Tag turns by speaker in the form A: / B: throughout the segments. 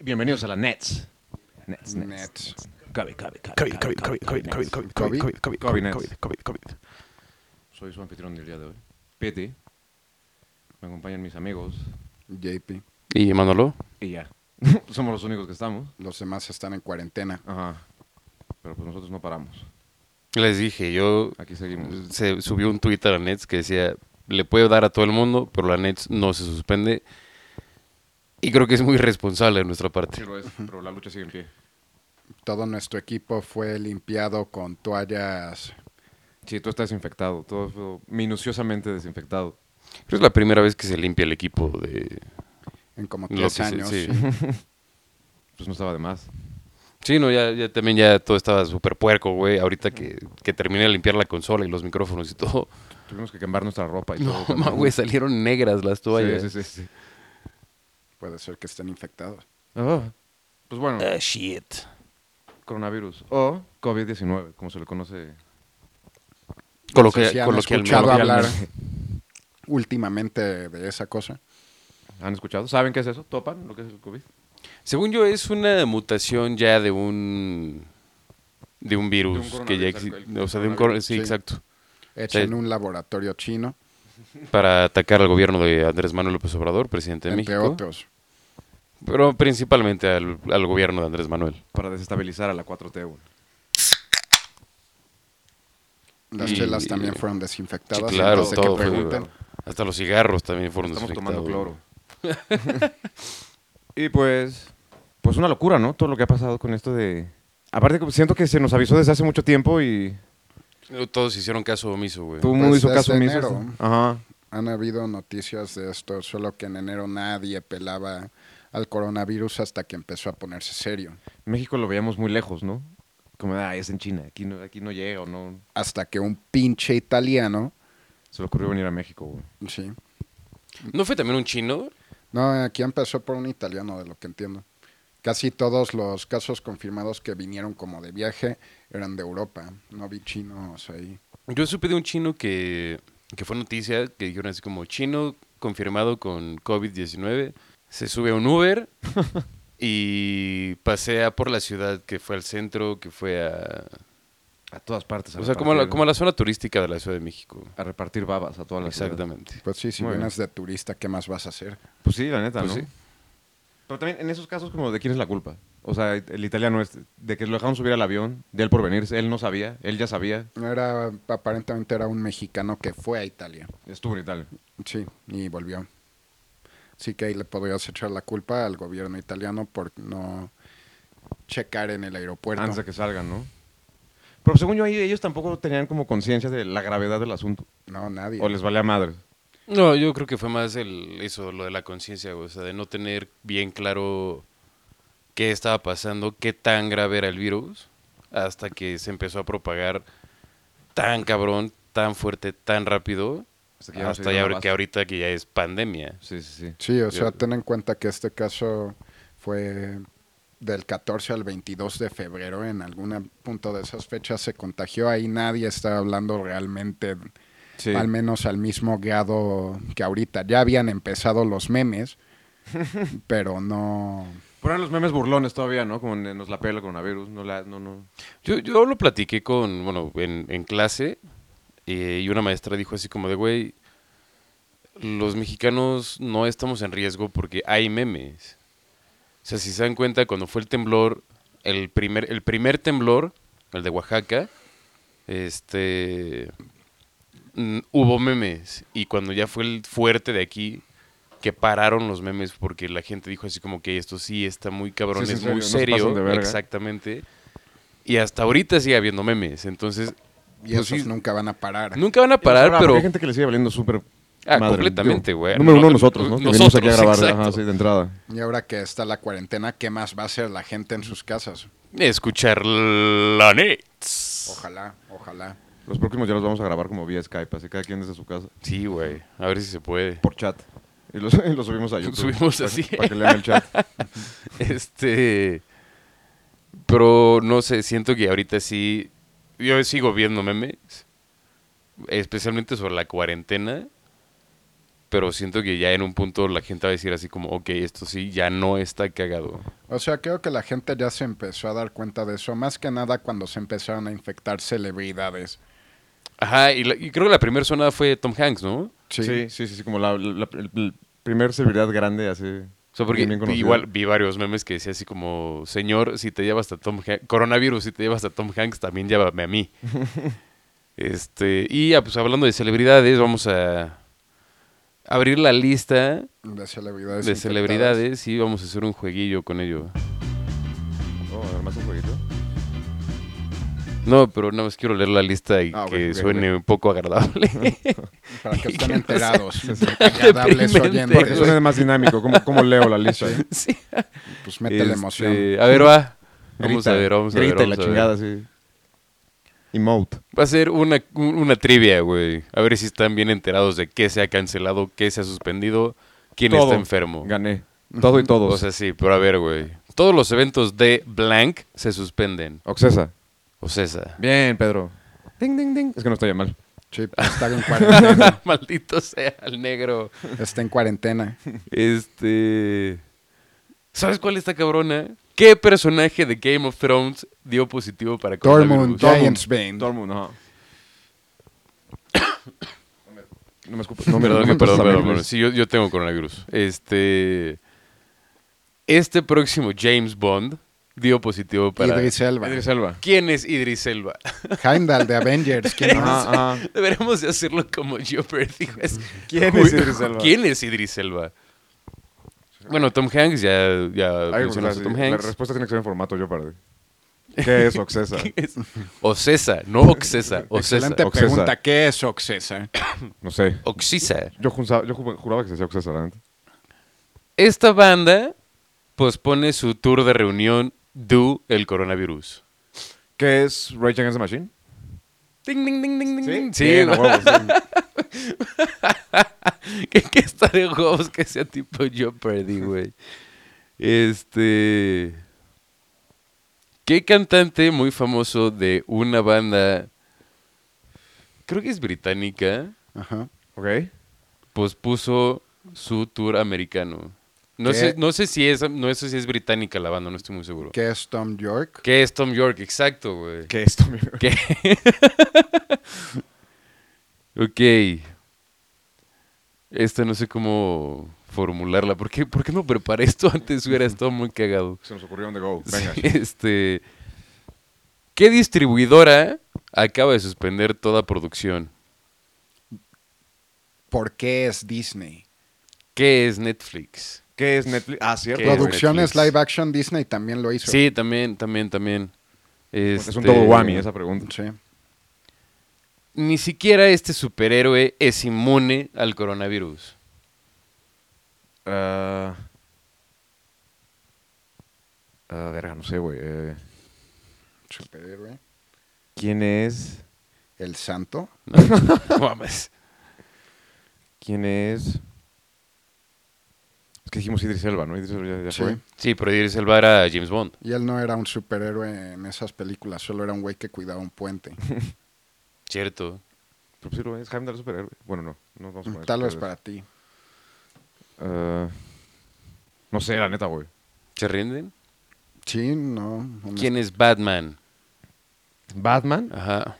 A: Bienvenidos a la Nets. Nets, Nets.
B: Nets.
A: Cabe, cabe, cabe.
C: COVID, COVID, COVID, COVID, COVID,
A: Nets.
C: COVID, COVID, COVID, COVID,
A: COVID,
C: COVID, COVID, COVID.
A: Soy su anfitrión del día de hoy. Pete. Me acompañan mis amigos.
B: JP.
D: ¿Y Manolo?
A: Y ya. Somos los únicos que estamos.
B: Los demás están en cuarentena.
A: Ajá. Pero pues nosotros no paramos.
D: Les dije, yo
A: Aquí seguimos.
D: se subió un tweet a la Nets que decía, le puedo dar a todo el mundo, pero la Nets no se suspende. Y creo que es muy responsable de nuestra
A: Sí
D: parte.
A: lo es, pero la lucha sigue en pie.
B: Todo nuestro equipo fue limpiado con toallas.
A: Sí, todo está desinfectado. Todo fue minuciosamente desinfectado.
D: Creo que es la primera vez que se limpia el equipo de...
B: En como
D: Lo
B: tres
D: que se-
B: años.
D: sí.
A: Pues no estaba de más.
D: Sí, no, ya, ya también ya todo estaba súper puerco, güey. Ahorita que, que terminé de limpiar la consola y los micrófonos y todo.
A: Tuvimos que quemar nuestra ropa y
D: No,
A: todo.
D: ma, güey, salieron negras las toallas.
A: Sí, sí, sí. sí.
B: Puede ser que estén infectados.
A: Ah, Pues bueno,
D: Ah, shit.
A: coronavirus o COVID-19, como se le conoce.
B: No
D: Con lo
B: sé
D: que,
B: si han
D: con lo que
B: escuchado hablar
D: coloquialmente-
B: últimamente de esa cosa.
A: ¿Han escuchado? ¿Saben qué es eso? ¿Topan lo que es el COVID?
D: Según yo, es una mutación ya de un de un virus
A: De un
D: que ya
A: coronavirus,
D: exi-
A: el-
D: O sea, de un
A: coronavirus,
D: coro- sí,
B: sí.
D: exacto.
B: Hecha
D: Sí.
B: en un laboratorio chino,
D: Para atacar al gobierno de Andrés Manuel López Obrador, presidente de
B: entre
D: México.
B: otros.
D: Pero principalmente al, al gobierno de Andrés Manuel.
A: Para desestabilizar a la 4T. güey.
B: Las
D: Y-
B: chelas también fueron desinfectadas.
D: Sí, claro,
B: antes de
D: todo
B: que
D: fue-
B: pregunten.
D: Hasta los cigarros también fueron
A: Estamos tomando
D: desinfectados.
A: cloro. y pues, pues una locura, ¿no? Todo lo que ha pasado con esto de... Aparte, que siento que se nos avisó desde hace mucho tiempo y
D: Todos hicieron caso omiso, güey.
A: todo el mundo
B: Pues
A: hizo
B: desde
A: caso omiso.
B: enero.
A: Ajá.
B: Han habido noticias de esto, solo que en enero nadie pelaba al coronavirus hasta que empezó a ponerse serio.
A: México lo veíamos muy lejos, ¿no? Como, ah, es en China, aquí no, aquí no llega o no...
B: Hasta que un pinche italiano,
A: Se le ocurrió venir a México, güey.
B: sí.
D: ¿No fue también un chino?
B: No, aquí empezó por un italiano, de lo que entiendo. Casi todos los casos confirmados que vinieron como de viaje eran de Europa. No vi chinos ahí.
D: Yo supe de un chino que, que fue noticia, que dijeron así como chino confirmado con COVID-19, se sube a un Uber y pasea por la ciudad, que fue al centro, que fue a...
A: A todas partes. a
D: O sea, como a la,
A: repartir-
D: como a la zona turística de la Ciudad de México.
A: A repartir babas a todas las
D: Exactamente.
B: Pues sí, si
A: Muy bien.
B: vienes de turista, ¿qué más vas a hacer?
A: Pues sí, la neta,
D: Pues
A: ¿no?
D: sí.
A: Pero también en esos casos como de quién es la culpa. O sea, el italiano es de que lo dejaron subir al avión, de él por venirse, él no sabía, él ya sabía,
B: Era, aparentemente era un mexicano que fue a Italia.
A: estuvo en Italia.
B: Sí, y volvió. Así que ahí le podrías echar la culpa al gobierno italiano por no checar en el aeropuerto.
A: Antes de que salgan, ¿no? Pero según yo ahí ellos tampoco tenían como conciencia de la gravedad del asunto.
B: No, nadie.
A: O les valía madre.
D: No, yo creo que fue más el, eso, lo de la conciencia, güey, o sea, de no tener bien claro qué estaba pasando, qué tan grave era el virus, hasta que se empezó a propagar tan cabrón, tan fuerte, tan rápido,
A: Hasta
D: hasta,
A: que ya no se
D: ya
A: dio
D: ahor-
A: abasto.
D: que ahorita que ya es pandemia.
A: Sí, sí, sí.
B: Sí, o sea, ten en cuenta que este caso fue del 14 al 22 de febrero, en algún punto de esas fechas se contagió, ahí nadie está hablando realmente,
A: Sí.
B: al menos al mismo grado que ahorita. Ya habían empezado los memes, pero no...
A: Pero eran los memes burlones todavía, ¿no? Como en- nos la pela el coronavirus, no la, no, no.
D: Yo, yo lo platiqué con, bueno, en, en clase eh, y una maestra dijo así como de, güey, los mexicanos no estamos en riesgo porque hay memes. O sea, si se dan cuenta, cuando fue el temblor, el primer, el primer temblor, el de Oaxaca, este, mm, hubo memes. Y cuando ya fue el fuerte de aquí, que pararon los memes porque la gente dijo así como que esto sí está muy cabrón,
A: Sí, sí,
D: es
A: en
D: muy
A: serio, no se
D: serio.
A: pasen de verga.
D: exactamente. Y hasta ahorita sigue habiendo memes. Entonces,
B: Y
D: Pues
B: esos
D: sí.
B: nunca van a parar.
D: nunca van a
A: Y
D: parar,
A: ahora,
D: pero...
A: Hay gente que le sigue valiendo súper.
D: Ah,
A: madre.
D: completamente,
A: Digo,
D: güey.
A: Número
D: No,
A: uno nosotros, ¿no? Que venimos aquí a
D: nosotros,
A: grabar, ajá,
D: exacto.
A: sí, de entrada.
B: Y ahora que está la cuarentena, ¿qué más va a hacer la gente en sus casas?
D: Escuchar la Nets.
B: Ojalá, ojalá.
A: Los próximos ya los vamos a grabar como vía Skype, así cada quien desde su casa,
D: Sí, güey. A ver si se puede.
A: por chat. Y los, y los subimos a YouTube.
D: Subimos
A: para-
D: así.
A: Para que lean el chat.
D: Este. Pero no sé, siento que ahorita sí. Yo sigo viendo memes. Especialmente sobre la cuarentena. pero siento que ya en un punto la gente va a decir así como, ok, esto sí, ya no está cagado.
B: O sea, creo que la gente ya se empezó a dar cuenta de eso, más que nada cuando se empezaron a infectar celebridades.
D: Ajá, y, la- y creo que la primera sonada fue Tom Hanks, ¿no?
A: Sí, sí, sí, sí, como la, la, la- la primer celebridad grande hace...
D: O sea, porque igual vi varios memes que decía así como, señor, si te llevas a Tom Hanks, coronavirus, si te llevas a Tom Hanks, también llévame a mí. este, y ya, pues hablando de celebridades, vamos a abrir la lista
B: De celebridades.
D: de
B: infectadas.
D: celebridades y vamos a hacer un jueguillo con ello.
A: Oh, además un jueguito.
D: No, pero nada más quiero leer la lista y
B: Ah, ok,
D: que
B: ok,
D: suene un poco agradable.
B: Para que
D: Y que
B: estén
D: no
B: enterados.
D: deprimente,
B: agradables oyendo.
A: Porque suena más dinámico, como, como leo la lista. ¿eh?
D: Sí.
B: Pues mete la emoción.
D: Este, A ver, va. Vamos
A: Grita,
D: a ver, vamos a ver.
A: grita y la
D: vamos a
A: chingada,
D: ver.
A: sí. Emote.
D: Va a ser una, un- una trivia, güey. A ver si están bien enterados de qué se ha cancelado, qué se ha suspendido, quién
A: Todo.
D: está enfermo.
A: Gané. Todo y todos.
D: O sea, sí, pero a ver, güey. Todos los eventos de Blank se suspenden.
A: Oxesa.
D: O César.
A: Bien, Pedro. Ding, ding, ding. Es que no estoy mal.
B: Sí, pues, estar en cuarentena.
D: Maldito sea el negro.
B: Está en cuarentena.
D: Este. ¿Sabes cuál está cabrona? ¿Qué personaje de Game of Thrones dio positivo para
B: Dortmund,
D: coronavirus?
B: Giants Bane.
A: mundo, no. No me escupo. No me,
D: Perdón,
A: no me
D: perdón,
A: escupo.
D: perdón, perdón. Sí, yo, yo tengo coronavirus. Este. Este próximo James Bond dio positivo para.
B: Idris Elba.
A: Idris Elba.
D: ¿Quién es Idris Elba? Ah,
B: Heimdall de Avengers. ¿quién más?
A: Ajá, ajá.
D: Deberíamos de hacerlo como Gilbert dijo. es-
A: Ah. ¿Quién es Idris Elba?
D: ¿Quién es Idris Elba? Bueno, Tom Hanks, ya, ya
A: Hay que
D: mencionaste
A: buscar,
D: a Tom
A: sí. pues, La
D: Hanks.
A: respuesta tiene que ser en formato yo para ¿Qué es Oxesa?
D: Ocesa, no Oxesa, Ocesa.
B: Excelente
A: Oxesa.
B: pregunta. ¿Qué es Oxesa?
A: No sé.
D: Oxisa.
A: Yo, junza- yo ju- juraba que se decía Oxesa, la neta.
D: Esta banda pospone su tour de reunión due el coronavirus.
A: ¿Qué es Rage Against the Machine?
D: Ding, ding, ding, ding, ding, ding. Sí,
A: Bien, a
D: ¿no?
A: huevo, sí.
D: que, que está de huevos que sea tipo Jeopardy, güey. Este. ¿Qué cantante muy famoso de una banda. Creo que es británica.
B: Ajá.
A: Ok.
D: Pospuso su tour americano. No
B: ¿Qué?
D: sé, no sé si es. No sé si es británica la banda, no estoy muy seguro. ¿Qué,
B: ¿Qué es Tom York?
D: es Tom York? Exacto, güey.
A: ¿Qué es esto, mi-
D: ¿Qué? ok. Esta no sé cómo formularla. ¿Por qué, ¿Por qué no preparé esto antes? Hubiera estado muy cagado.
A: Se nos ocurrió on the go. Venga.
D: Sí, Este, ¿Qué distribuidora acaba de suspender toda producción?
B: ¿Por qué es Disney?
D: ¿Qué es Netflix?
A: ¿Qué es Netflix? Ah,
D: ¿Qué es
A: cierto.
B: Producciones
D: Eh, Netflix?
B: live action Disney también lo hizo.
D: Sí, también, también, también.
A: Es un
D: Este,
A: double whammy esa pregunta.
B: Sí.
D: Ni siquiera este superhéroe es inmune al coronavirus.
A: Ah, ah, verga, no sé, güey. Eh,
B: Superhéroe.
A: ¿Quién es?
B: El santo.
D: No, no mames.
A: ¿Quién es? Es que dijimos Idris Elba, ¿no? Idris Elba ya, ya
B: Sí.
A: fue.
D: Sí, pero ir a salvar a James Bond.
B: Y él no era un superhéroe en esas películas, solo era un güey que cuidaba un puente.
D: Cierto.
A: Pero pues sí lo es. Heimdall es superhéroe. Bueno, no. no vamos a poner
B: Tal vez para
A: superhéroes.
B: ti.
A: Ah, no sé, la neta, güey.
D: ¿Se rinden?
B: Sí, no. honest-
D: ¿Quién es Batman?
A: ¿Batman?
D: Ajá.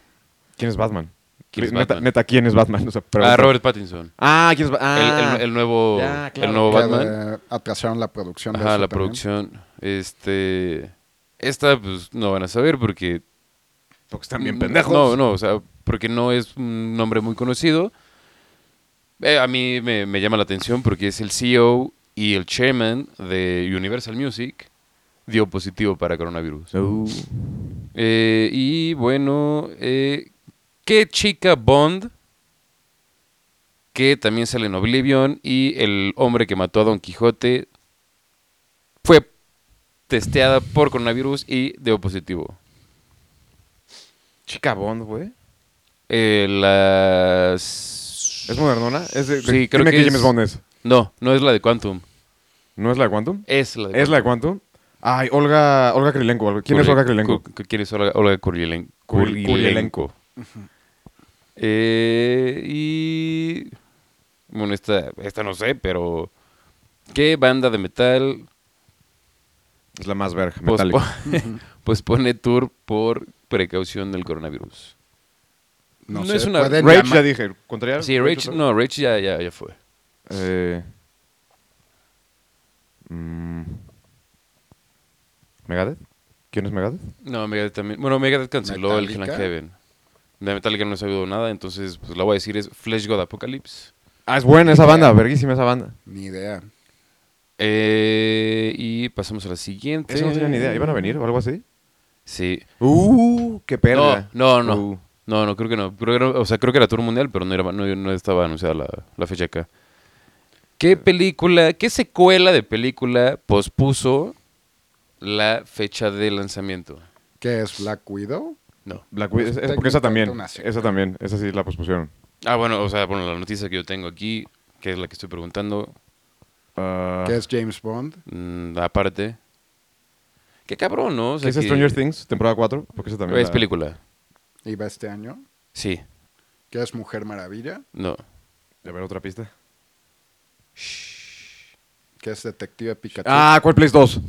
A: ¿Quién es Batman?
D: ¿Quién es
A: neta,
D: Batman?
A: neta, ¿quién es Batman? O sea, pregunta.
D: Ah, Robert Pattinson.
A: Ah, ¿quién es Batman?
D: El-
A: Ah,
D: el, el nuevo,
A: Ya, claro.
D: el nuevo
B: que,
D: Batman.
B: eh, atrasaron la producción. de
D: Ajá,
B: eso
D: la
B: también.
D: producción. Este. Esta, pues no van a saber porque.
A: porque están bien
D: Mm,
A: pendejos.
D: No, no, o sea, porque no es un nombre muy conocido. Eh, a mí me, me llama la atención porque es el CEO y el chairman de Universal Music. Dio positivo para coronavirus. Eh, y bueno, eh, ¿qué chica Bond? Que también sale en Oblivion y el hombre que mató a Don Quijote fue testeada por coronavirus y dio positivo.
A: Chica Bond, güey.
D: Eh, las...
A: ¿Es modernona? Es de,
D: Sí, creo
A: dime
D: que
A: que
D: es-
A: James Bond es.
D: No, no es la de Quantum.
A: ¿No es la de Quantum?
D: Es la de
A: ¿Es la de Quantum? Ay, Olga, Olga Krylenko. algo- ¿Quién es Olga Krylenko?
D: Ku- ¿Quién es Olga, Olga Kurylen-
A: Kury-
D: Kurylenko? Eh, y Bueno, esta, esta no sé, pero. ¿Qué banda de metal
A: Es la más verga,
D: pospo-
A: Metallica.
D: pospone tour por precaución del coronavirus?
B: No,
D: No
B: sé,
D: es una-
B: pueden
A: Rage
B: llamar-
A: ya dije, ¿contrariar?
D: Sí, Rage, no, Rage ya, ya, ya fue.
A: Eh, mm, ¿Megadeth? ¿Quién es Megadeth?
D: No, Megadeth también. Bueno, Megadeth canceló el Hell
B: ¿Metallica?
D: and Heaven. De Metallica no he sabido nada, entonces pues la voy a decir es Flesh God Apocalypse.
A: Ah, es buena esa banda, verguísima esa banda.
B: Ni idea.
D: Eh, y pasamos a la siguiente.
A: Esa no tenía ni idea, ¿iban a venir o algo así?
D: Sí.
A: Uh, qué perra.
D: No, no, no.
A: Uh,
D: No, no, creo que no. Creo que no- o sea, creo que era Tour Mundial, pero no, era, no, no estaba anunciada la, la fecha acá. ¿Qué película, qué secuela de película pospuso la fecha de lanzamiento?
B: ¿Qué es Black Widow?
D: No.
A: Black Widow, es- es porque esa también, esa también, esa sí la pospusieron.
D: Ah, bueno, o sea, bueno, la noticia que yo tengo aquí, que es la que estoy preguntando,
A: Ah,
B: ¿Qué es James Bond?
D: mm, aparte. Qué cabrón, ¿no? O
A: ¿qué
D: sea,
A: es
D: que-
A: Stranger Things, temporada 4? Porque esa también
D: Es
A: la-
D: película.
B: ¿Iba este año?
D: Sí.
B: ¿Qué es Mujer Maravilla?
D: No.
A: A ver, otra pista.
B: ¿Qué es Detective Pikachu?
A: Ah, ¿cuál Place 2?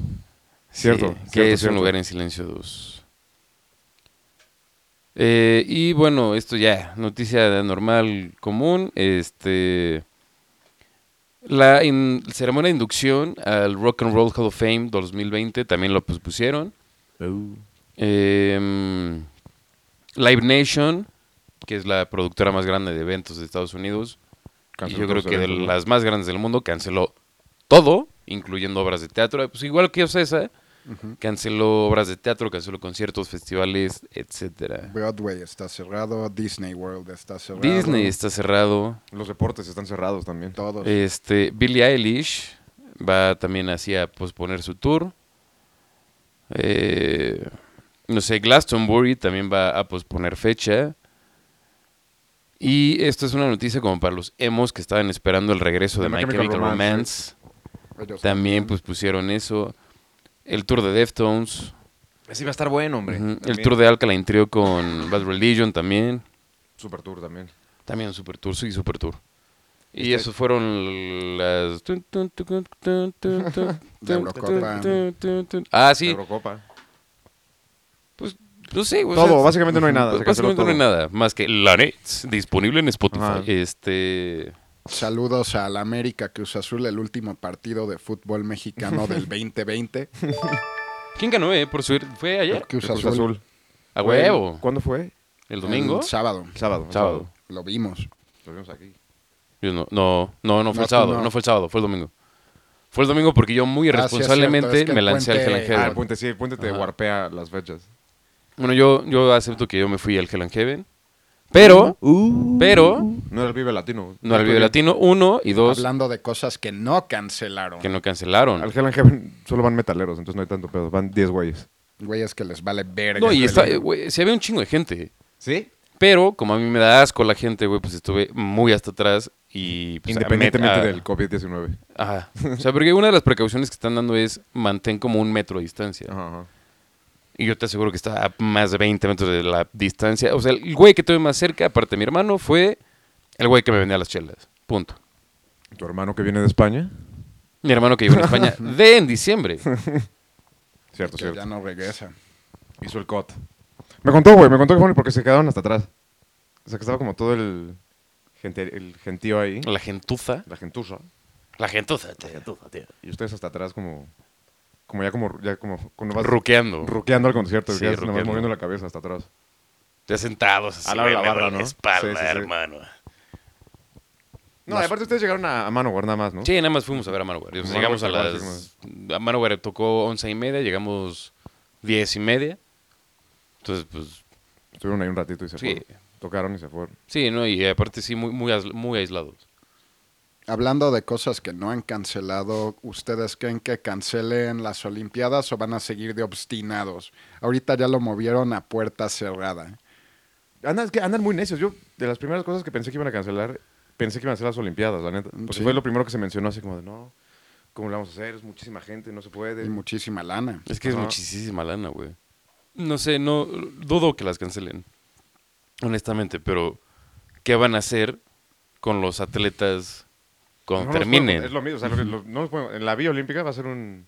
A: Cierto,
D: Sí,
A: cierto,
D: que es
A: cierto.
D: un lugar en silencio 2. Eh, y bueno, esto ya, noticia normal común. Este. La in- ceremonia de inducción al Rock and Roll Hall of Fame 2020 también lo pusieron.
A: Uh,
D: Em, Live Nation, que es la productora más grande de eventos de Estados Unidos, y
A: Canceló
D: yo creo
A: todos
D: que de
A: eventos, ¿no?
D: las más grandes del mundo canceló todo, incluyendo obras de teatro. Pues igual que Ocesa, canceló obras de teatro, canceló conciertos, festivales, etcétera.
B: Broadway está cerrado, Disney World está cerrado.
D: Disney está cerrado.
A: Los deportes están cerrados también.
B: Todos.
D: Este, Billie Eilish va también así a posponer su tour. Eh, no sé, Glastonbury también va a posponer fecha. Y esto es una noticia como para los emos que estaban esperando el regreso
A: De
D: de My
A: My
D: Chemical
A: Chemical
D: Romance.
A: Romance,
B: Ellos
D: También pues pusieron eso. El tour de Deftones.
A: Ese iba a estar bueno, hombre.
D: Ujú. El tour de Alkaline Trio con Bad Religion también.
A: Super Tour también.
D: También un Super Tour, sí, Super Tour. Y
A: Este-
D: esos fueron las... tun, tun, tucun, tun, tun, tun,
B: De
D: tun,
B: Eurocopa.
D: tun, tun, tun. Ah,
A: La
D: sí.
A: Eurocopa.
D: Pues, no sé. o
A: Todo,
D: sea, pues,
A: básicamente no hay nada, se canceló
D: Básicamente no hay
A: todo.
D: nada. Más que la Nets, disponible en Spotify.
A: Ajá.
D: Este...
B: Saludos al América Cruz Azul, el último partido de fútbol mexicano del 2020.
D: ¿Quién ganó, eh? Por suerte, ¿Fue ayer?
B: Cruz
A: El
B: Azul.
D: A huevo.
A: ¿Cuándo fue?
D: ¿El domingo?
B: El sábado.
A: Sábado.
D: Sábado.
B: Lo vimos.
A: Lo vimos aquí.
D: Yo no, no, no, no fue
B: No,
D: el
B: tú
D: sábado, no.
B: no.
D: fue el sábado, fue el domingo. Fue el domingo porque yo muy
B: Ah, sí, es cierto,
D: irresponsablemente
B: es que el
D: me lancé al
B: puente-
D: Hell and
B: Ah,
A: Ah,
D: Heaven.
A: el puente, sí, el puente te
D: Ajá.
A: warpea las fechas.
D: Bueno, yo, yo acepto que yo me fui al Hell and Heaven. Pero,
B: Uh.
D: pero,
A: No era el Vive Latino.
D: no al video latino, uno y dos
B: Hablando de cosas que no cancelaron.
D: que no cancelaron.
A: Al Hell and Heaven solo van metaleros, entonces no hay tanto pedo. Van 10 güeyes.
B: Güeyes que les vale verga.
D: No, y
B: el-
D: está, eh, güey, se había un chingo de gente.
A: ¿Sí?
D: Pero, como a mí me da asco la gente, güey, pues estuve muy hasta atrás y... pues,
A: Independientemente
D: a- a-
A: del COVID-19.
D: Ajá. O sea, porque una de las precauciones que están dando es mantén como un metro de distancia.
A: Ajá, ajá.
D: Y yo te aseguro que está a más de 20 metros de la distancia. O sea, el güey que tuve más cerca, aparte de mi hermano, fue el güey que me vendía las chelas. Punto.
A: ¿Tu hermano que viene de España?
D: Mi hermano que vive en España de en diciembre.
A: Cierto,
B: Que
A: cierto.
B: pues, ya no regresa.
A: Hizo el cot. Me contó, güey, me contó que fue porque se quedaron hasta atrás. O sea, que estaba como todo el, gente, el gentío ahí,
D: La gentuza.
A: la gentuza,
D: La gentuza. tío.
A: y ustedes hasta atrás como, como ya como, ya como, cuando vas
D: Ruqueando.
A: ruqueando al concierto,
D: Sí,
A: que ya estás nomás
D: ruqueando.
A: moviendo la cabeza hasta atrás.
D: Ya sentados. así,
A: A la hora de la
D: güey, me
A: barra,
D: duele
A: ¿no? Sí, sí, sí. No, y aparte ustedes llegaron a, a Manowar nada más, ¿no?
D: Sí, nada más fuimos a ver a Manowar. O sea,
A: Manowar
D: llegamos a
A: tocó así
D: las... A Manowar tocó once y media, llegamos diez y media. Entonces, pues,
A: Estuvieron ahí un ratito y se
D: Sí.
A: fueron. Tocaron y se fueron.
D: sí, ¿no? Y aparte sí, muy, muy, ais- muy aislados.
B: Hablando de cosas que no han cancelado, ¿ustedes creen que cancelen las Olimpiadas o van a seguir de obstinados? Ahorita ya lo movieron a puerta cerrada.
A: Andan, es que andan muy necios. Yo, de las primeras cosas que pensé que iban a cancelar, pensé que iban a ser las Olimpiadas, la neta. Porque
B: Sí.
A: fue lo primero que se mencionó, así como de, no, ¿cómo lo vamos a hacer? Es muchísima gente, no se puede.
B: ¿eh? Y muchísima lana.
D: Es que es
A: Ajá.
D: muchísima lana, güey. No sé, no dudo que las cancelen. Honestamente, pero ¿qué van a hacer con los atletas cuando
A: No nos
D: terminen.
A: podemos- es lo mismo. o sea, lo- lo- no nos podemos- en la Vía Olímpica va a ser un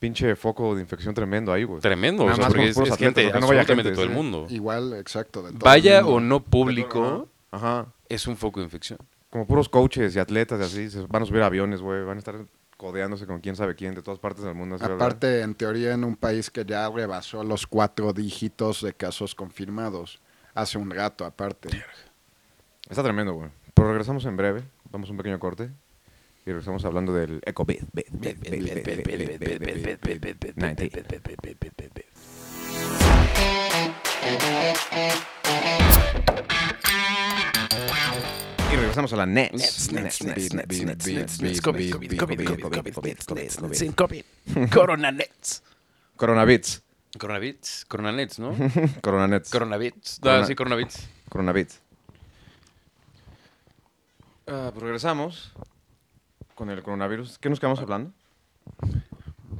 A: pinche foco de infección tremendo ahí, güey.
D: Tremendo,
A: Nada
D: o sea,
A: más
D: porque
A: con
D: es,
A: puros
D: es
A: atletas,
D: gente
A: porque no vaya
D: absolutamente
A: gente,
D: todo el
A: sí.
D: mundo.
B: Igual, exacto. de todo el
D: Vaya
B: mundo.
D: o no público,
A: Ajá. Ajá.
D: es un foco de infección.
A: Como puros coaches y atletas y así. Se van a subir a aviones, güey. Van a estar codeándose con quién sabe quién de todas partes del mundo. así, ¿verdad?
B: Aparte, en teoría, en un país que ya rebasó los cuatro dígitos de casos confirmados hace un rato, aparte.
A: Está tremendo, güey. Pero regresamos en breve. Vamos a un pequeño corte. Y regresamos hablando del eco. Y regresamos a la Nets. Nets, Nets, Nets, Nets, Nets, Nets.
C: COVID, COVID, COVID, COVID, COVID, Nets, Nets, Nets, sin COVID. Corona Nets.
A: Coronavits.
D: Coronavits, coronanets, ¿no?
A: Coronanets.
D: coronavits.
A: Corona-
D: Ah, sí, coronavits.
A: Coronavits. Ah, pues regresamos con el coronavirus. ¿Qué nos quedamos hablando?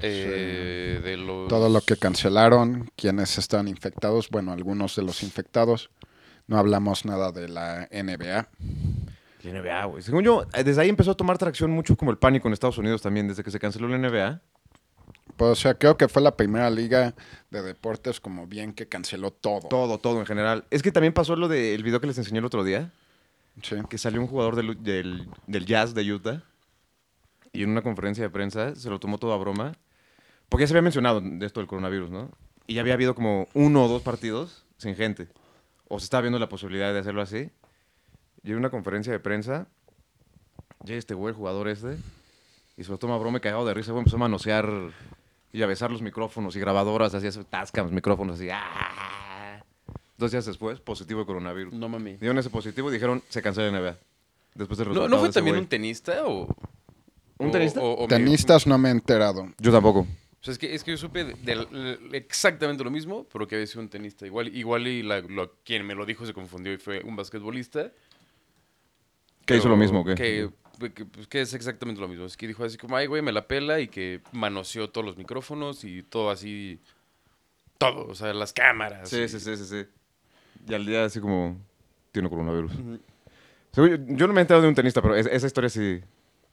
D: Eh, de los...
B: Todo lo que cancelaron, quienes están infectados, bueno, algunos de los infectados. No hablamos nada de la NBA.
A: La NBA, güey. Según yo, eh, desde ahí empezó a tomar tracción mucho como el pánico en Estados Unidos también, desde que se canceló la NBA.
B: Pues, o sea, creo que fue la primera liga de deportes como bien que canceló todo.
A: Todo, todo en general. Es que también pasó lo del video que les enseñé el otro día,
B: Sí.
A: que salió un jugador del, del- del Jazz de Utah y en una conferencia de prensa se lo tomó todo a broma, porque ya se había mencionado de esto del coronavirus, ¿no? Y ya había habido como uno o dos partidos sin gente, o se estaba viendo la posibilidad de hacerlo así. Y en una conferencia de prensa, llega este güey, el jugador este, y se lo toma a broma y cagado de risa, güey, empezó a manosear y a besar los micrófonos y grabadoras, así, hace tascams, micrófonos, así, ¡ah! Dos días después, positivo de coronavirus.
D: No mami.
A: Dieron ese positivo y dijeron, se cancela la NBA. Después del
D: ¿No,
A: resultado
D: ¿no
A: de
D: fue
A: ese
D: también
A: güey.
D: un tenista o...?
A: ¿Un
D: o-
A: tenista?
D: o- o me-
B: Tenistas no me he enterado.
A: Yo tampoco.
D: O sea, es que, es que yo supe de- del- exactamente lo mismo, pero que había sido un tenista. Igual, igual y la- lo- quien me lo dijo se confundió y fue un basquetbolista.
A: Que hizo
D: pero
A: lo mismo, o ¿qué?
D: Que, que- pues, que es exactamente lo mismo. Es que dijo así como, ay, güey, me la pela y que manoseó todos los micrófonos y todo así. Todo, o sea, las cámaras.
A: Sí,
D: y-
A: sí, sí, sí, sí. Y al día así como, tiene coronavirus. Según yo, yo no me he enterado de un tenista, pero es- esa historia sí...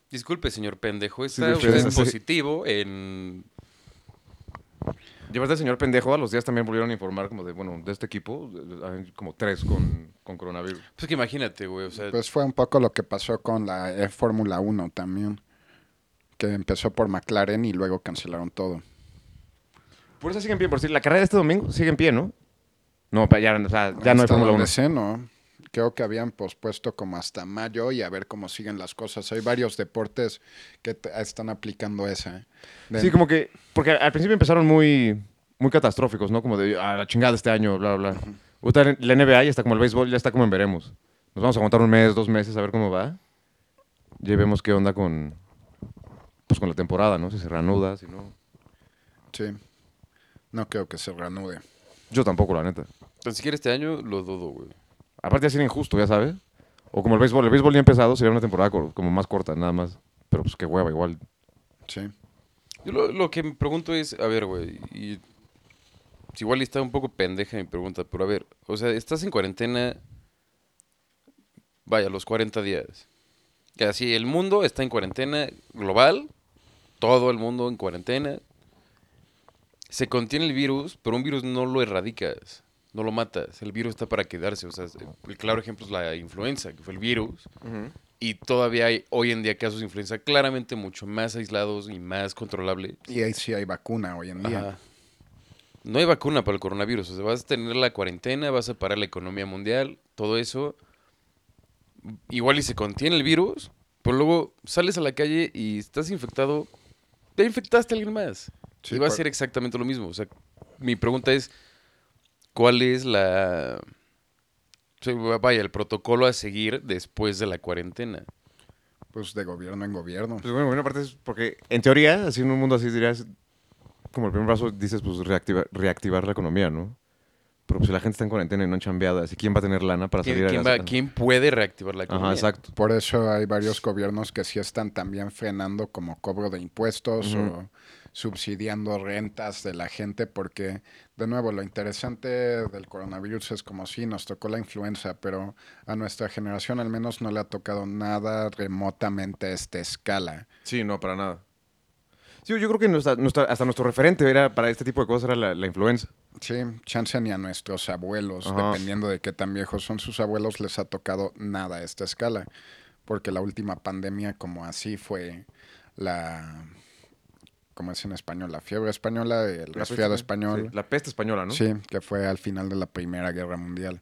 D: Disculpe, señor pendejo,
A: Sí,
D: está
A: sí,
D: usted
A: sí, sí.
D: positivo en.
A: Llevarte al señor pendejo, a los días también volvieron a informar como de, bueno, de este equipo, eh, hay como tres con, con coronavirus.
D: Pues que imagínate, güey, o sea.
B: Pues fue un poco lo que pasó con la eh, Fórmula 1 también, que empezó por McLaren y luego cancelaron todo.
A: Por eso sigue en pie, por si la carrera de este domingo sigue en pie, ¿no? No, pa- ya, o sea, ya no hay
B: Hasta
A: Fórmula
B: donde
A: 1.
B: sé, ¿no? Creo que habían pospuesto como hasta mayo y a ver cómo siguen las cosas. Hay varios deportes que t- ah, están aplicando esa. ¿eh? De-
A: Sí, como que. Porque al principio empezaron muy, muy catastróficos, ¿no? Como de a la chingada este año, bla, bla. bla. Ahorita la NBA ya está como el béisbol, ya está como en veremos. Nos vamos a aguantar un mes, dos meses, a ver cómo va. Ya vemos qué onda con. Pues con la temporada, ¿no? Si se reanuda, si no.
B: sí. No creo que se reanude.
A: Yo tampoco, la neta.
D: Tan siquiera este año lo dudo, güey.
A: Aparte, ya sería injusto, ya sabes. O como el béisbol. El béisbol ya empezado sería una temporada cor- como más corta, nada más. Pero pues qué hueva, igual.
B: Sí.
D: Yo lo, lo que me pregunto es, a ver, güey, y si pues, igual está un poco pendeja mi pregunta, pero a ver, o sea, estás en cuarentena, vaya, los 40 días. Y así, el mundo está en cuarentena global, todo el mundo en cuarentena. Se contiene el virus, pero un virus no lo erradicas, no lo matas, el virus está para quedarse. O sea, el claro ejemplo es la influenza, que fue el virus. Y todavía hay hoy en día casos de influenza claramente mucho más aislados y más controlables.
B: Y ahí sí hay vacuna hoy en día.
D: Ajá. No hay vacuna para el coronavirus. O sea, vas a tener la cuarentena, vas a parar la economía mundial, todo eso. Igual y se contiene el virus, pero luego sales a la calle y estás infectado. Te infectaste a alguien más.
B: Sí,
D: y va a
B: por-
D: ser exactamente lo mismo. O sea, mi pregunta es, ¿cuál es la... o sea, Vaya, el protocolo a seguir después de la cuarentena.
B: Pues de gobierno en gobierno.
A: Pues bueno, bueno, aparte es porque en teoría, así en un mundo así dirías, como el primer paso dices, pues reactiva- reactivar la economía, ¿no? Pero pues si la gente está en cuarentena y no en chambeada, así quién va a tener lana para salir
D: ¿Quién,
A: a
D: quién
A: las-
D: va- quién puede reactivar la economía?
A: Ajá, exacto.
B: Por eso hay varios gobiernos que sí están también frenando como cobro de impuestos o subsidiando rentas de la gente, porque de nuevo lo interesante del coronavirus es como si nos tocó la influenza, pero a nuestra generación al menos no le ha tocado nada remotamente a esta escala.
A: Sí, no, para nada. Sí, yo creo que nuestra- nuestra- hasta nuestro referente era para este tipo de cosas era la, la influenza.
B: Sí, chance ni a nuestros abuelos,
A: Ajá.
B: dependiendo de qué tan viejos son sus abuelos, les ha tocado nada a esta escala. Porque la última pandemia, como así, fue la. ¿Cómo es en español? La fiebre española, el
A: La
B: resfriado
A: peste-
B: español.
A: sí, la peste española, ¿no?
B: Sí, que fue al final de la Primera Guerra Mundial.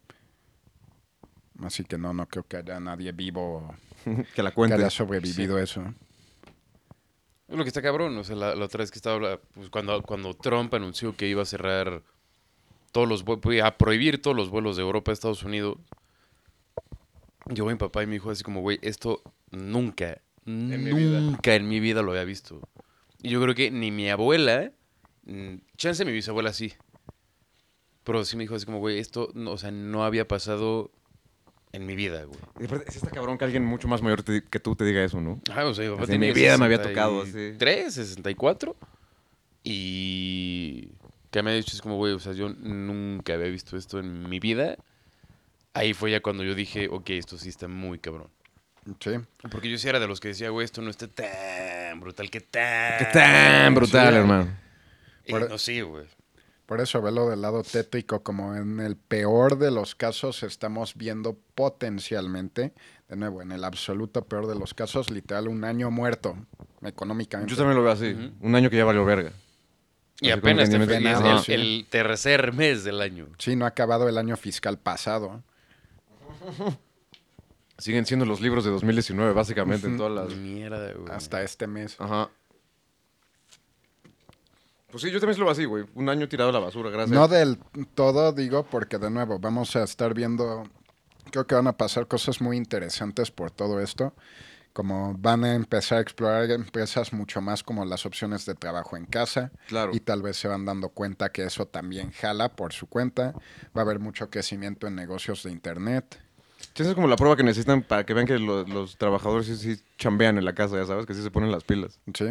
B: Así que no, no creo que haya nadie vivo
A: que la
B: que
A: cuente.
B: haya sobrevivido eso.
D: Lo que está cabrón, o sea, la, la otra vez que estaba, habla- pues, cuando, cuando Trump anunció que iba a cerrar todos los vuelos, a prohibir todos los vuelos de Europa a Estados Unidos, yo mi papá y mi hijo así como, güey, esto nunca,
A: mi vida.
D: nunca en mi vida lo había visto. Y yo creo que ni mi abuela, mm, chance mi bisabuela sí, pero sí me dijo así como, güey, esto, no- o sea, no había pasado en mi vida, güey.
A: Y aparte, sí está cabrón que alguien mucho más mayor te di- que tú te diga eso, ¿no?
D: Ah, o sea, mi papá
A: Así, en mi
D: tenía
A: vida me había tocado,
D: 63, 64. Y que me ha dicho, es como, güey, o sea, yo nunca había visto esto en mi vida. Ahí fue ya cuando yo dije, ok, esto sí está muy cabrón.
B: Sí.
D: Porque yo sí era de los que decía, güey, esto no está tan brutal, que tan.
A: Que tan brutal,
B: Sí.
A: hermano.
D: Y
B: Por-
D: no, sí, güey.
B: Por eso verlo del lado tétrico, como en el peor de los casos estamos viendo potencialmente, de nuevo, en el absoluto peor de los casos, literal un año muerto económicamente.
A: Yo también lo veo así. Un año que ya valió verga.
D: Y
A: Así como
D: apenas
A: que
D: te
A: ni me-
D: fue- y es
A: Ajá.
D: el, el tercer mes del año.
B: Sí, no ha acabado el año fiscal pasado.
A: Siguen siendo los libros de 2019, básicamente, en todas las...
D: Mierda, güey.
B: Hasta este mes.
A: Ajá. Pues sí, yo también lo veo así, güey. Un año tirado a la basura, gracias.
B: No del todo, digo, porque de nuevo vamos a estar viendo, creo que van a pasar cosas muy interesantes por todo esto, como van a empezar a explorar empresas mucho más como las opciones de trabajo en casa,
A: Claro.
B: y tal vez se van dando cuenta que eso también jala por su cuenta, va a haber mucho crecimiento en negocios de Internet.
A: Esa es como la prueba que necesitan para que vean que lo- los trabajadores sí, sí chambean en la casa, ya sabes, que sí se ponen las pilas.
B: Sí.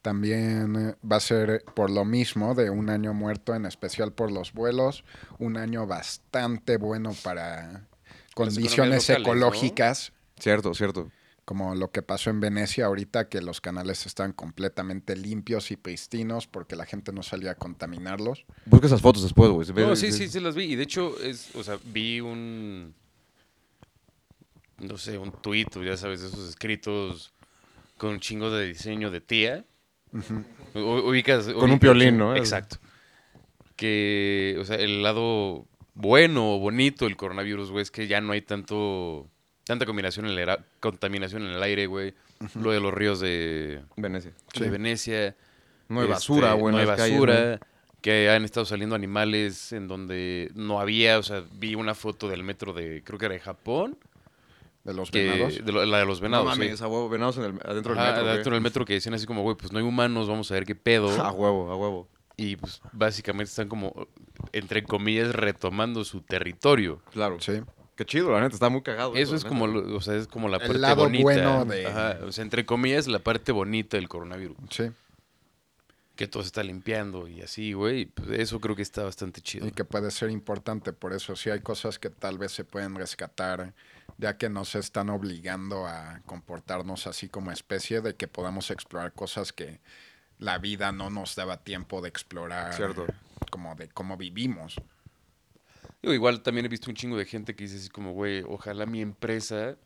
B: También eh, va a ser por lo mismo de un año muerto, en especial por los vuelos, un año bastante bueno para condiciones
D: locales, ¿no?
B: ecológicas,
A: Cierto, cierto.
B: como lo que pasó en Venecia ahorita, que los canales están completamente limpios y pristinos porque la gente no salía a contaminarlos.
A: Busca esas fotos después, güey.
D: No, sí, sí, sí las vi. Y de hecho, es, o sea, vi un. No sé, un tuit, o ya sabes, esos escritos con un chingo de diseño de tía. U- ubicas-
A: Con un
D: ubicas-
A: piolín, ¿no?
D: Exacto. Que, o sea, el lado bueno o bonito del coronavirus, güey, es que ya no hay tanto. Tanta combinación en el era- contaminación en el aire, güey. Lo de los ríos de,
A: Venecia.
D: de Venecia.
A: No hay
D: Este,
A: basura, güey.
D: No
A: en
D: hay
A: las calles,
D: basura. Que han estado saliendo animales en donde no había. O sea, vi una foto del metro de, creo que era de Japón.
B: De los
D: que-
B: venados.
D: de lo- la de los
A: No
D: venados.
A: mames,
D: sí.
A: a huevo, venados en el- adentro del
D: Ajá,
A: metro.
D: adentro del metro que decían así como, güey, pues no hay humanos, vamos a ver qué pedo.
A: Ah, güey. A huevo, a huevo.
D: Y pues básicamente están como, entre comillas, retomando su territorio.
A: Claro.
B: Sí.
A: Qué chido, la neta, está muy cagado.
D: Eso es
A: la
D: como,
A: neta.
D: lo- o sea, es como la
B: El
D: parte
B: lado
D: bonita.
B: bueno de-
D: Ajá, o sea, entre comillas, la parte bonita del coronavirus.
B: Sí.
D: Que todo se está limpiando y así, güey. Pues, eso creo que está bastante chido.
B: Y que puede ser importante, por eso sí hay cosas que tal vez se pueden rescatar, ya que nos están obligando a comportarnos así como especie, de que podamos explorar cosas que la vida no nos daba tiempo de explorar,
A: Cierto.
B: como de cómo vivimos.
D: Digo, igual también he visto un chingo de gente que dice así como, güey, ojalá mi empresa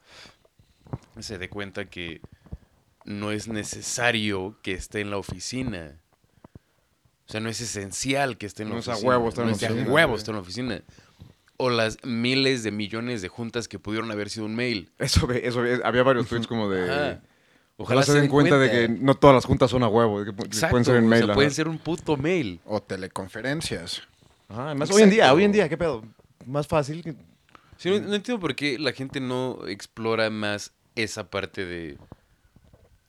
D: se dé cuenta que no es necesario que esté en la oficina. O sea, no es esencial que esté en la
A: No es a
D: oficina.
A: huevo estar en
D: no
A: la
D: es a
A: oficina,
D: huevo
A: güey.
D: estar en la oficina. O las miles de millones de juntas que pudieron haber sido un mail.
A: Eso, ve- eso ve- había varios tweets como de.
D: Ajá.
A: Ojalá, se den cuenta, de que no todas las juntas son a huevo, de que pu-
D: Exacto,
A: pueden ser en
D: o sea,
A: mail.
D: pueden
A: ajá.
D: ser un puto mail.
B: O teleconferencias.
A: Ajá, además, hoy en día,
D: Exacto.
A: hoy en día, ¿qué pedo? Más fácil que...
D: Sí, no, no entiendo por qué la gente no explora más esa parte de...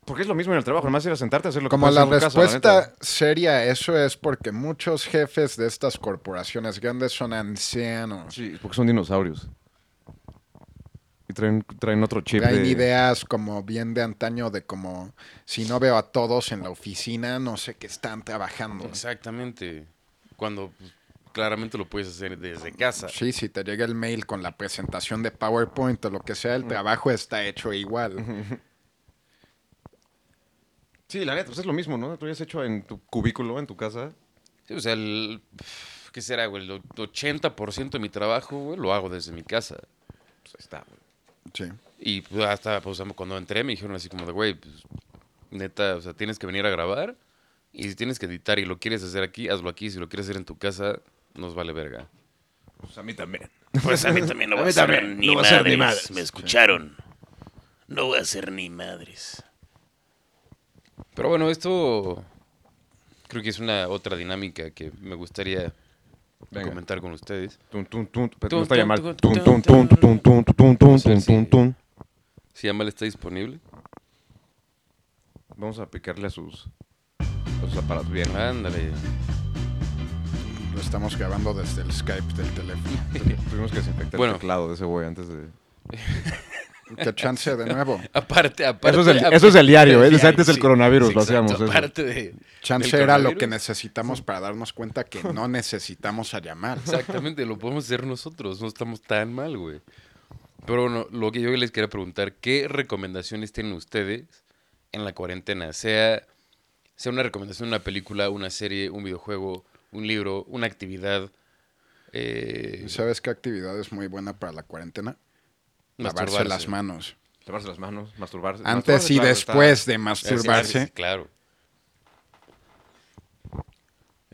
A: Porque es lo mismo en el trabajo, además ir a sentarte a hacer lo que
B: Como
A: puedes
B: la
A: hacer en tu casa,
B: respuesta
A: neta.
B: seria a eso es porque muchos jefes de estas corporaciones grandes son ancianos.
A: sí, porque son dinosaurios. Y traen, traen otro chip.
B: Traen
A: de-
B: ideas como bien de antaño de como si no veo a todos en la oficina, no sé qué están trabajando.
D: Exactamente. Cuando pues, claramente lo puedes hacer desde casa.
B: Sí, si te llega el mail con la presentación de PowerPoint o lo que sea, el trabajo está hecho igual.
A: Sí, la neta, pues es lo mismo, ¿no? Tú ya has hecho en tu cubículo, en tu casa.
D: Sí, o sea, el, pf, ¿qué será, güey? El 80% de mi trabajo, güey, lo hago desde mi casa.
A: Pues ahí está, güey.
B: Sí.
D: Y pues, hasta pues, cuando entré me dijeron así como de, güey, pues, neta, o sea, tienes que venir a grabar y si tienes que editar y lo quieres hacer aquí, hazlo aquí. Si lo quieres hacer en tu casa, nos vale verga.
A: Pues a mí también.
C: Pues a mí también no
A: A
C: voy a,
A: mí
C: hacer
A: también,
C: ni
A: no voy a
C: madres.
A: hacer ni madres.
C: Me escucharon. No voy a hacer ni madres.
D: Pero bueno, esto creo que es una otra dinámica que me gustaría
A: Venga.
D: comentar con ustedes.
A: Tun, tun, tun, pero
D: Tun,
A: no estaría
D: tun,
A: mal.
D: tun,
A: Tun,
D: tun,
A: tun, tun, tun, tun, tun, tun,
D: Sí,
A: tun,
D: sí.
A: tun, tun.
D: Si Amal está disponible.
A: Vamos a picarle a sus, a sus aparatos bien.
D: Ándale.
B: Lo estamos grabando desde el Skype del teléfono.
A: Tuvimos que desinfectar
D: Bueno.
A: el teclado de ese güey antes de...
B: ¿Qué chance de nuevo?
D: Aparte, aparte.
A: Eso es el,
D: aparte
A: eso es el diario,
D: del
A: ¿eh? Desde antes del
D: sí.
A: coronavirus
D: Sí,
A: lo
D: exacto,
A: hacíamos. eso.
D: Aparte de.
B: Chance
D: del
B: era lo que
D: coronavirus.
B: necesitamos para darnos cuenta que no necesitamos a llamar.
D: Exactamente, lo podemos hacer nosotros, no estamos tan mal, güey. Pero bueno, lo que yo les quería preguntar, ¿qué recomendaciones tienen ustedes en la cuarentena? Sea, sea una recomendación, una película, una serie, un videojuego, un libro, una actividad. eh,
B: ¿Sabes qué actividad es muy buena para la cuarentena? Lavarse
D: masturbarse.
B: las manos.
A: Lavarse las manos, masturbarse.
B: Antes
A: Masturbarse,
B: y
A: claro, está-
B: después de
D: Sí, sí, sí,
B: masturbarse.
D: claro.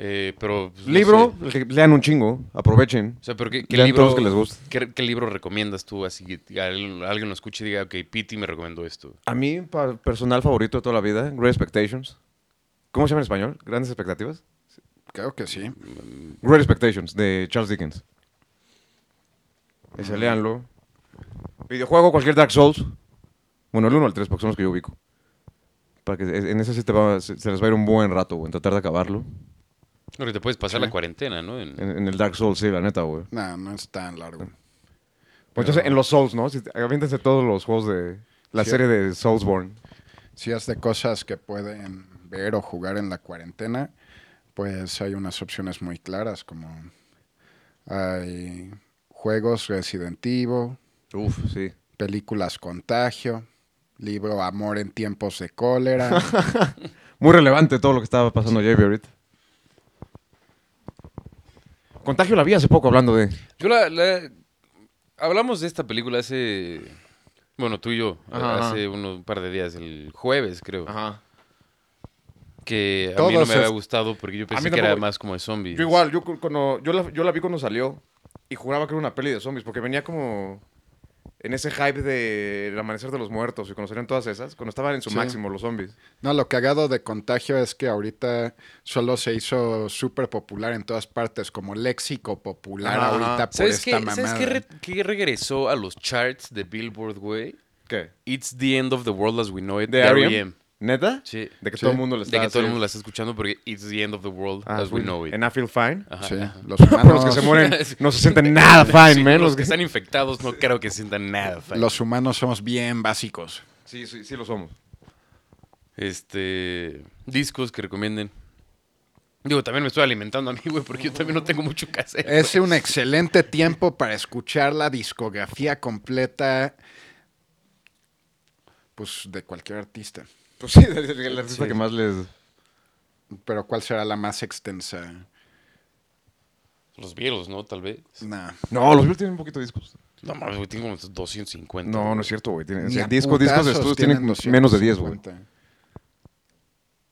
D: Eh, pero. pues, no
A: Libro,
D: sé.
A: le- lean un chingo, aprovechen.
D: O sea, pero ¿qué, qué
A: Lean
D: libro,
A: todos que les guste.
D: ¿qué, qué libro recomiendas tú? Así que alguien, alguien lo escuche y diga, ok, Piti me recomendó esto.
A: A mí, pa- personal favorito de toda la vida, Great Expectations. ¿Cómo se llama en español? ¿Grandes expectativas?
B: Creo que sí.
A: Great Expectations, de Charles Dickens. Ese, léanlo. Videojuego, cualquier Dark Souls. Bueno, el 1 al 3, porque son los que yo ubico. Para que en ese sí te va- se, se les va a ir un buen rato, güey, en tratar de acabarlo.
D: No, que te puedes pasar
B: Sí.
D: la cuarentena, ¿no? En-
A: En, en el Dark Souls, sí, la neta, güey.
B: No, no es tan largo.
A: Pues entonces, en los Souls, ¿no? Si, aviéntense todos los juegos de la
B: Sí.
A: serie de Soulsborne.
B: Si es de cosas que pueden ver o jugar en la cuarentena, pues hay unas opciones muy claras, como hay juegos Resident Evil,
A: Uf, sí.
B: películas Contagio, libro Amor en tiempos de cólera.
A: Muy relevante todo lo que estaba pasando Javier ahorita. Contagio la vi hace poco hablando de...
D: Yo la, la- Hablamos de esta película hace... Bueno, tú y yo, eh,
A: Ajá, ajá.
D: hace uno- un par de días, el jueves creo,
A: Ajá.
D: que a mí no
B: Todos
D: me había
B: es-
D: gustado porque yo
A: mí
D: pensé que era
A: tampoco.
D: más como de zombies.
A: Yo igual, yo, cu- cuando, yo, la, yo la vi cuando salió y juraba que era una peli de zombies porque venía como en ese hype de El Amanecer de los Muertos y cuando salieron todas esas, cuando estaban en su
B: Sí.
A: máximo los zombies.
B: No, lo cagado de contagio es que ahorita solo se hizo súper popular en todas partes, como léxico popular
A: Ajá.
B: ahorita por
D: ¿Sabes,
B: esta
D: qué,
B: mamada.
D: ¿sabes qué, re- qué regresó a los charts de Billboard, güey?
A: ¿Qué?
D: It's the end of the world as we know it,
A: ¿De E
D: de
A: R.E.M.?
D: R.E.M..
A: ¿Neta?
D: E Sí.
A: De que
B: Sí.
A: todo el mundo le
D: De
A: está
D: que todo el
A: así.
D: mundo la está escuchando porque it's the end of the world
A: Ah,
D: as we know it.
A: En I Feel Fine.
D: Ajá.
B: Sí,
A: Por los
B: los
A: que
B: humanos,
A: se mueren no se sienten nada fine,
D: Sí,
A: man.
D: los que están infectados no creo que sientan nada. fan.
B: los humanos somos bien básicos.
A: Sí, sí, sí lo somos.
D: Este. Discos que recomienden. Digo, también me estoy alimentando a mí, güey, porque yo también no tengo mucho que hacer.
B: Es un excelente tiempo para escuchar la discografía completa pues de cualquier artista.
A: Pues sí, el artista que más les...
B: Pero ¿cuál será la más extensa?
D: Los Beatles, ¿no? Tal vez.
B: Nah.
A: No, los Beatles tienen un poquito de discos.
D: No mames, güey, tengo como 250.
A: No,
D: güey.
A: no es cierto, güey. Tienen, o
B: Ni
A: sea,
B: a
A: disco, discos de
B: putazos
A: estudios tienen
B: tienen
A: menos de 10, güey.
B: 250.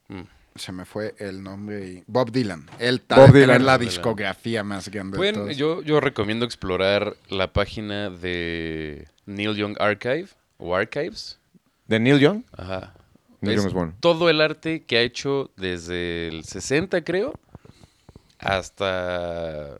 D: Mm.
B: Se me fue el nombre y... Bob Dylan. Él tal de tener
A: Dylan.
B: la
D: Bob Dylan.
B: discografía más grande de
D: Pueden-
B: todos.
D: yo, yo recomiendo explorar la página de Neil Young Archive o Archives.
A: ¿De Neil Young?
D: Ajá.
A: Neil
D: Es
A: Young es bueno.
D: Todo el arte que ha hecho desde el 60, creo, hasta.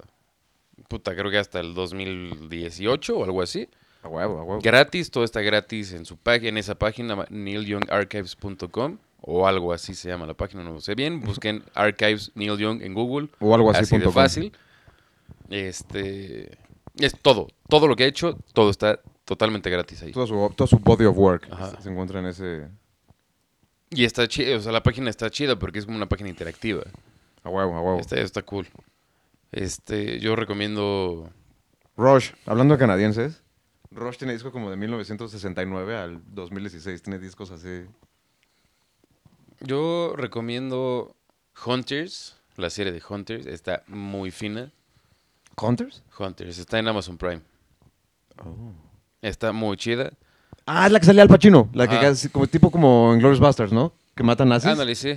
D: Puta, creo que hasta el 2018 o algo así.
A: A huevo, a huevo.
D: Gratis, todo está gratis en su página, en esa página, ma- neilyoungarchives.com o algo así se llama la página, no lo sé bien. Busquen Archives Neil Young en Google.
A: O algo así
D: Así de
A: punto com.
D: fácil. Este. Es todo. Todo lo que ha hecho, todo está totalmente gratis ahí.
A: Todo su, todo su body of work
D: Ajá.
A: se- se encuentra en ese...
D: Y está chido, o sea, la página está chida porque es como una página interactiva.
A: A huevo, a huevo.
D: Está, está cool. Este, yo recomiendo
A: Rush, hablando de canadienses, Rush tiene discos como de 1969 al 2016, tiene discos así.
D: Yo recomiendo Hunters, la serie de Hunters, está muy fina.
A: ¿Hunters?
D: Hunters, está en Amazon Prime.
A: Oh.
D: Está muy chida.
A: Ah, es la que salía al Pacino, la que
D: Ah.
A: casi- como tipo como en Glorious Bastards, ¿no? Que matan nazis.
D: Ándale, sí.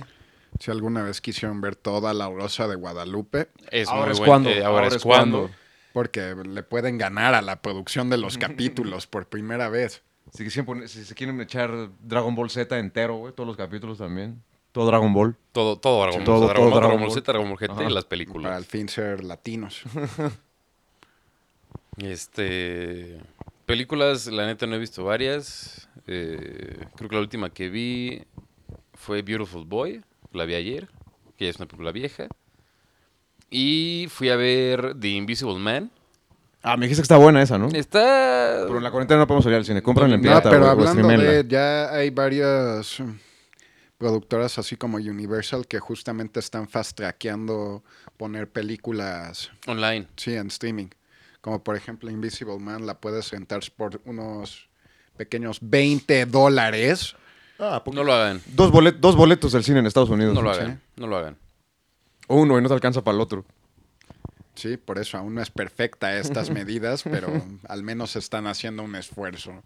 B: Si alguna vez quisieron ver toda la rosa de Guadalupe,
D: Es
A: Ahora
D: muy
A: es
D: buen-
A: cuando,
D: eh, ahora, es cuando.
B: porque le pueden ganar a la producción de los capítulos por primera vez.
A: Si, quisieran poner- si se quieren echar Dragon Ball Z entero, güey, todos los capítulos también. Todo Dragon Ball.
D: Todo, todo Dragon
A: Todo,
D: Ball, Dragon
A: todo
D: Ball,
A: Dragon
D: Dragon Ball
A: Ball.
D: Z, Dragon Ball GT
A: Ajá.
D: y las
B: Para al
D: películas.
B: fin ser latinos.
D: Este, películas, la neta no he visto varias. Eh, creo que la última que vi fue Beautiful Boy, la vi ayer, que ya es una película vieja. Y fui a ver The Invisible Man.
A: Ah, me dijiste que está buena esa, ¿no?
D: Está...
A: Pero en la cuarentena no podemos salir al cine. Cómpranla en
D: No,
A: pirata,
B: no, pero
A: güey, o
B: hablando
A: streamenla.
B: de, ya hay varias mm, productoras así como Universal que justamente están fast trackeando poner películas,
D: Online.
B: sí, en streaming. Como por ejemplo Invisible Man, la puedes rentar por unos pequeños 20 dólares.
D: No lo hagan.
A: Dos, bolet- dos boletos del cine en Estados Unidos.
D: No lo
A: Ah, Sí.
D: hagan. No lo hagan.
A: Uno y no te alcanza para el otro.
B: Sí, por eso aún no es perfecta estas medidas, pero al menos están haciendo un esfuerzo.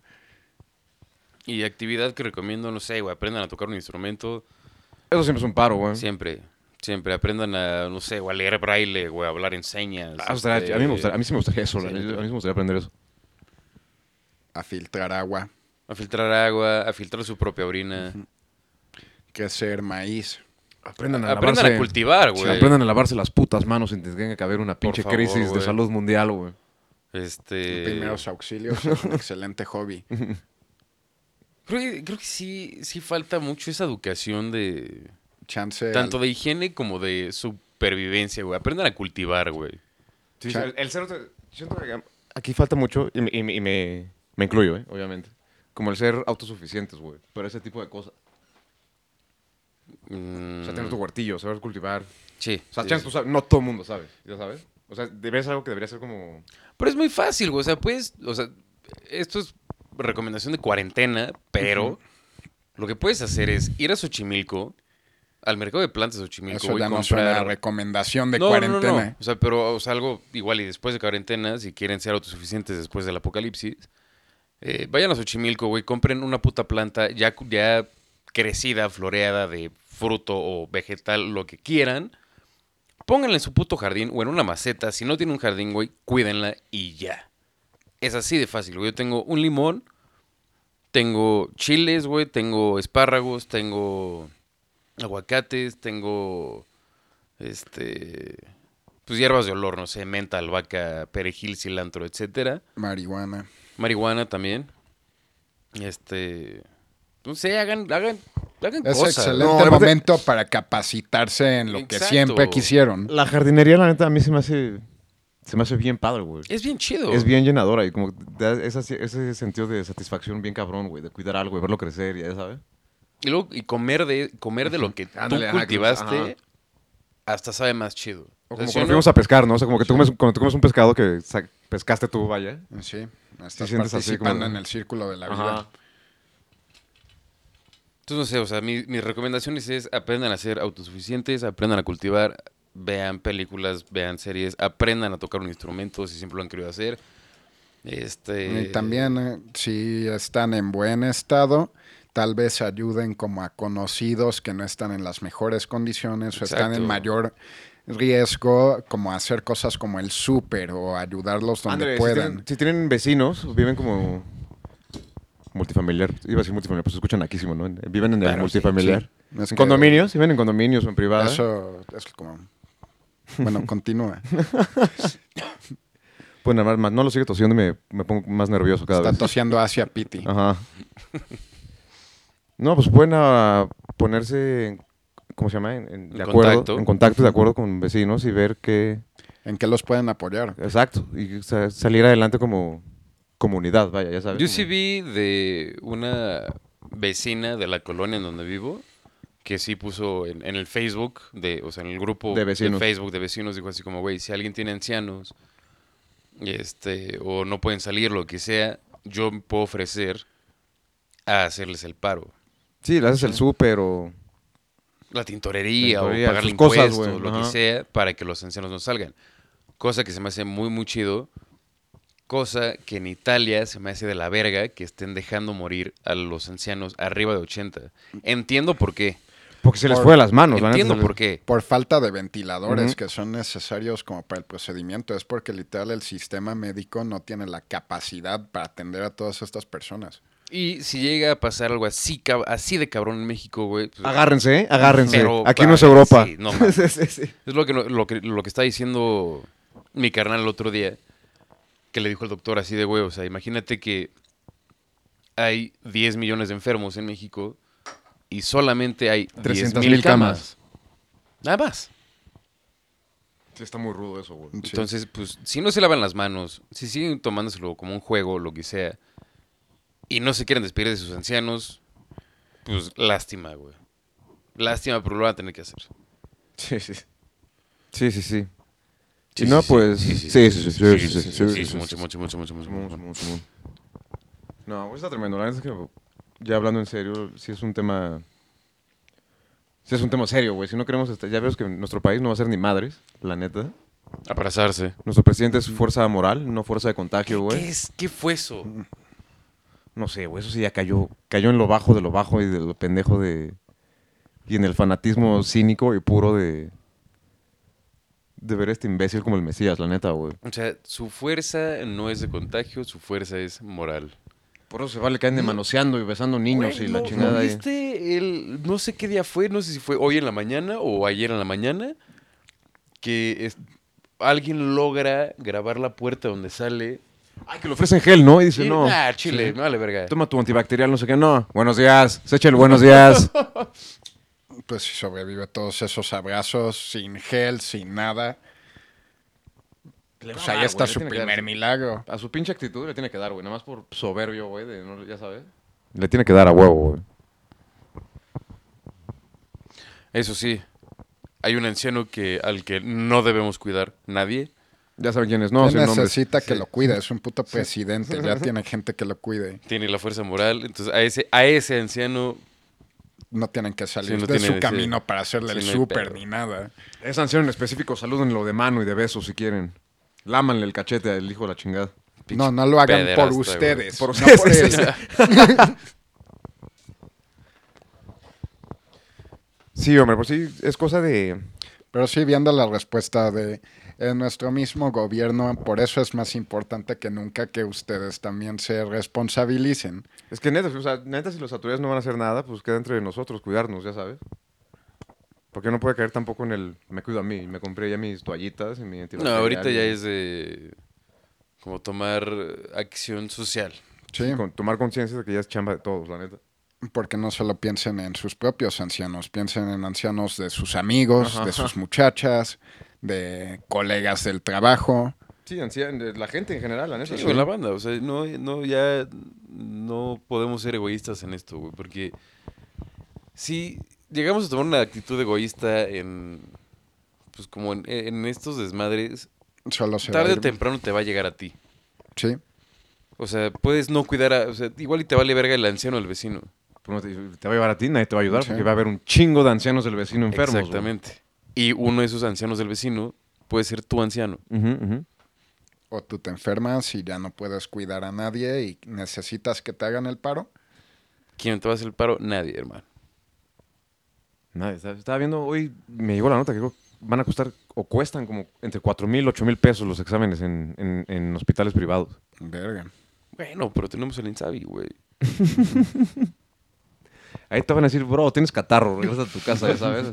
D: Y actividad que recomiendo, no sé, güey, aprendan a tocar un instrumento.
A: Eso siempre es un paro, güey.
D: Siempre, siempre. Aprendan a, no sé, güey, a leer braille, güey, a hablar en señas.
A: Ah, o sea,
D: este,
A: a, mí me gustaría, a mí sí me gustaría eso. la-
D: sí,
A: a mí sí
D: neta.
A: me gustaría aprender eso.
B: A filtrar agua,
D: A filtrar agua, a filtrar su propia orina.
B: crecer maíz.
A: Aprendan
D: a Aprendan a cultivar,
A: Sí,
D: güey.
A: aprendan a lavarse las putas manos sin que haber una pinche
D: favor,
A: crisis de
D: güey.
A: salud mundial, güey.
D: Este...
B: Primeros auxilios es un excelente hobby.
D: Creo que, creo que sí, sí falta mucho esa educación de...
B: Chance.
D: Tanto
B: al-
D: de higiene como de supervivencia, güey. Aprendan a cultivar, güey.
A: Sí,
B: Cha-
A: sí, el- el cero te- siento que aquí falta mucho y, me- y me- y me, me incluyo, ¿eh? obviamente. Como el ser autosuficientes, güey. Pero ese tipo de cosas.
D: Mm,
A: O sea, tener tu huertillo, saber cultivar.
D: sí,
A: O sea,
D: sí,
A: chance,
D: sí.
A: tú sabes- no todo el mundo sabe, ya sabes. O sea, debe ser algo que debería ser como...
D: Pero es muy fácil, güey. O sea, puedes. O sea, esto es recomendación de cuarentena, pero lo que puedes hacer es ir a Xochimilco, al mercado de plantas de Xochimilco,
B: Eso
D: güey,
B: ya no suena a recomendación de
D: No, no, no,
B: cuarentena.
D: no. O sea, pero o sea, algo igual y después de cuarentena, si quieren ser autosuficientes después del apocalipsis, eh, vayan a Xochimilco, güey, compren una puta planta ya, cu- ya crecida, floreada de fruto o vegetal, lo que quieran. Pónganla en su puto jardín o en una maceta. Si no tiene un jardín, güey, cuídenla y ya. Es así de fácil, güey. Yo tengo un limón, tengo chiles, güey, tengo espárragos, tengo aguacates, tengo este pues hierbas de olor, no sé, menta, albahaca, perejil, cilantro, etcétera.
B: Marihuana.
D: Marihuana también. Este, no sé, hagan hagan hagan
B: Es
D: cosas.
B: excelente
D: ¿no?
A: No, aparte-
B: momento para capacitarse en lo
D: Exacto.
B: que siempre quisieron.
A: La jardinería, la neta, a mí se me hace... Se me hace bien padre, güey.
D: Es bien chido.
A: Es bien llenadora y como te da esa- ese sentido de satisfacción bien cabrón, güey, de cuidar algo y verlo crecer, ya sabes.
D: Y, luego- y comer de comer de lo que
A: Ándale,
D: tú
A: ajá,
D: cultivaste
A: ajá.
D: hasta sabe más chido.
A: O
D: O sea,
A: como
D: si
A: cuando
D: uno-
A: fuimos a pescar, ¿no? O sea, como que tú comes, cuando tú comes un pescado que sa- pescaste tú, vaya.
B: Sí, estás
A: sientes así
B: participando
A: como-
B: en el círculo de la vida.
D: Entonces, no sé, o sea, mi- mis recomendaciones es aprendan a ser autosuficientes, aprendan a cultivar, vean películas, vean series, aprendan a tocar un instrumento si siempre lo han querido hacer. Este,
B: Y también, eh, si están en buen estado, tal vez ayuden como a conocidos que no están en las mejores condiciones o están
D: Exacto.
B: en mayor riesgo, como hacer cosas como el súper o ayudarlos donde
A: Ándale, si
B: puedan.
A: tienen, si tienen vecinos, viven como multifamiliar. Iba a decir multifamiliar, pues se escuchan naquísimo, ¿no? Viven en el
D: Claro,
A: multifamiliar.
B: sí, sí. Es
A: En
B: que-
A: condominios, viven en condominios o en privadas.
B: Eso es como... Bueno, continúa.
A: Pueden armar más. No lo sigue tosiendo y me, me pongo más nervioso cada
B: Está
A: vez.
B: tosiendo hacia Piti.
A: Ajá. No, pues pueden ah, ponerse, en- ¿cómo se llama? En, en- de
D: En
A: acuerdo,
D: contacto.
A: en contacto y de acuerdo con vecinos y ver qué...
B: ¿En qué los pueden apoyar?
A: Exacto, y sa- salir adelante como comunidad, vaya, ya sabes.
D: Yo sí vi de una vecina de la colonia en donde vivo que sí puso en, en el Facebook, de, o sea, en el grupo
A: De vecinos.
D: Facebook de vecinos, dijo así como, güey, si alguien tiene ancianos este, o no pueden salir, lo que sea, yo puedo ofrecer a hacerles el paro.
A: Sí, le haces el súper o...
D: La tintorería,
A: Tintorería,
D: o pagar
A: sus
D: impuestos,
A: cosas, güey,
D: lo
A: ajá.
D: que sea, para que los ancianos no salgan. Cosa que se me hace muy, muy chido. Cosa que en Italia se me hace de la verga que estén dejando morir a los ancianos arriba de 80. Entiendo por qué.
A: Porque se les
B: Por-
A: fue de las manos. la neta,
D: Entiendo
A: se les-
D: por qué.
B: Por falta de ventiladores
A: Ujú.
B: que son necesarios como para el procedimiento. Es porque literal el sistema médico no tiene la capacidad para atender a todas estas personas.
D: Y si llega a pasar algo así, cab- así de cabrón en México, güey. pues,
A: Agárrense, ¿eh? agárrense.
D: Pero,
A: Aquí no es
D: ah,
A: Europa.
D: sí, no mames.
A: Sí, sí, sí.
D: Es lo que, no- lo, que, lo que está diciendo mi carnal el otro día, que le dijo el doctor así de güey, o sea, imagínate que hay 10 millones de enfermos en México y solamente hay 300 mil camas. Nada más.
A: Sí, está muy rudo eso, güey.
B: Sí.
D: Entonces, pues, si no se lavan las manos, si siguen tomándoselo como un juego, lo que sea, y no se quieren despedir de sus ancianos, pues, lástima, güey. Lástima, pero lo van a tener que hacer.
A: Sí, sí. Sí, sí, sí.
D: Sí,
A: Si no,
D: sí, sí.
A: pues... Sí, sí, sí. sí, sí, sí, sí, sí, sí,
D: Mucho,
A: sí.
D: mucho, mucho, mucho, mucho, mucho.
A: No, güey, está tremendo. La neta es que, ya hablando en serio, sí es un tema. Sí es un tema serio, güey. Si no queremos. estar- Ya vemos que nuestro país no va a ser ni madres, la neta.
D: Abrazarse.
A: Nuestro presidente es fuerza moral, no fuerza de contagio,
D: ¿Qué,
A: güey. Mm.
D: es, ¿Qué fue eso?
A: No sé, güey. Eso sí ya cayó. Cayó en lo bajo de lo bajo y de lo pendejo de. Y en el fanatismo cínico y puro de. De ver a este imbécil como el Mesías, la neta, güey.
D: O sea, su fuerza no es de contagio, su fuerza es moral.
A: Por eso se vale caen de manoseando y besando niños y la
D: no,
A: chingada.
D: ¿no
A: ahí.
D: viste el, no sé qué día fue, no sé si fue hoy en la mañana o ayer en la mañana, que es- alguien logra grabar la puerta donde sale.
A: Ay, que le ofrecen gel, ¿no? Y dice,
D: Y-
A: no.
D: Ah, chile, me vale verga.
A: Toma tu antibacterial, no sé qué, no. Buenos días, se echa el buenos días.
B: Pues si sobrevive a todos esos abrazos, sin gel, sin nada. Pues ahí está su primer milagro.
A: A su pinche actitud le tiene que dar, güey. Nada más por soberbio, güey, de no, ya sabes. Le tiene que dar a huevo, güey.
D: Eso sí, hay un anciano que, al que no debemos cuidar nadie.
A: Ya saben quién es, no,
B: Él
A: sin nombres.
B: necesita que lo cuide, es un puto presidente, ya tiene gente que lo cuide.
D: Tiene la fuerza moral, entonces a ese, a ese anciano
B: No tienen que salir
D: Sí, no
B: de
D: tiene-
B: su
D: sí.
B: camino para hacerle
D: Sí,
B: el
D: no hay
B: súper
D: pedo.
B: ni nada.
A: Es anciano en específico, salúdenlo de mano y de beso si quieren. Lámanle el cachete al hijo de la chingada.
B: No, no lo hagan
D: pederasta,
B: por
D: güey.
B: ustedes.
A: Por-
B: no por él.
A: Sí, hombre, pues sí, es cosa de.
B: Pero sí, viendo la respuesta de en nuestro mismo gobierno, por eso es más importante que nunca que ustedes también se responsabilicen.
A: Es que neta, o sea, neta, si los autoridades no van a hacer nada, pues queda entre nosotros cuidarnos, ya sabes. Porque no puede caer tampoco en el me cuido a mí, me compré ya mis toallitas y mi
D: No,
A: antibacterial
D: ahorita ya
A: y-
D: es de como tomar eh, acción social.
B: Sí,
A: con- tomar conciencia de que ya es chamba de todos, la neta.
B: porque no solo piensen en sus propios ancianos, piensen en ancianos de sus amigos,
A: Ajá.
B: de sus muchachas, de colegas del trabajo.
A: Sí, ancian- de la gente en general, la neta.
D: Sí, güey, la banda, o sea, no, no, ya no podemos ser egoístas en esto, güey, porque si llegamos a tomar una actitud egoísta en, pues como en, en estos desmadres,
B: Solo se va
D: tarde
B: a
D: o
B: ir-
D: temprano te va a llegar a ti.
B: Sí.
D: O sea, puedes no cuidar a, o sea, igual y te vale verga el anciano o el vecino.
A: Pues no te, te va a llevar a ti, nadie te va a ayudar
B: Sí.
A: porque va a haber un chingo de ancianos del vecino enfermos. güey.
D: Exactamente. Y uno de esos ancianos del vecino puede ser tu anciano.
A: Ujú, ujú.
B: O tú te enfermas y ya no puedes cuidar a nadie y necesitas que te hagan el paro.
D: ¿Quién te va a hacer el paro? Nadie, hermano.
A: Nadie sabe. Estaba viendo hoy, me llegó la nota que digo, van a costar o cuestan como entre 4 mil, 8 mil pesos los exámenes en, en- en hospitales privados.
B: Verga.
D: Bueno, pero tenemos el Insabi, güey.
A: Ahí te van a decir, bro, tienes catarro, regresa a tu casa, ya sabes.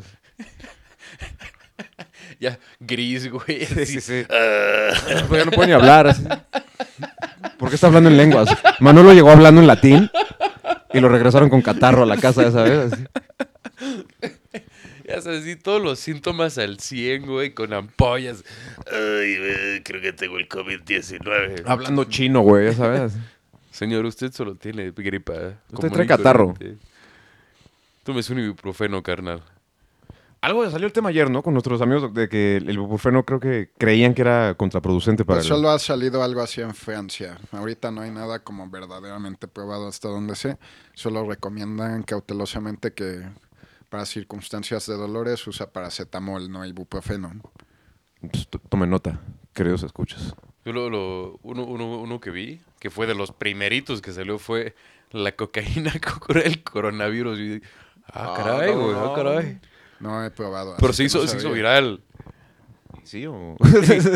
D: Ya, gris, güey. así.
A: Pero ya no pueden ni hablar. así. ¿Por qué está hablando en lenguas? Manolo llegó hablando en latín y lo regresaron con catarro a la casa, ya sabes. así.
D: Ya estás así, todos los síntomas al 100, güey, con ampollas. Ay, güey, creo que tengo el COVID-19.
A: Hablando chino, güey, ya sabes.
D: Señor, usted solo tiene gripa.
A: trae
D: común y
A: catarro.
D: corriente. Tómese un ibuprofeno, carnal.
A: Algo salió el tema ayer, ¿no? Con nuestros amigos de que el ibuprofeno creo que creían que era contraproducente para
B: Pues
A: el...
B: solo ha salido algo así en Francia. Ahorita no hay nada como verdaderamente probado hasta donde sé. Solo recomiendan cautelosamente que para circunstancias de dolores usa paracetamol, no ibuprofeno.
A: Pss, Pues, t- Tomen nota, queridos escuchas.
D: Yo lo, lo- uno, uno- uno que vi, que fue de los primeritos que salió, fue la cocaína que cura el coronavirus. Y dije, ah, caray, güey, ah, caray.
B: No he probado.
D: Pero
B: así que
D: se hizo,
B: no
D: se hizo
B: sabría.
D: viral.
A: Sí o...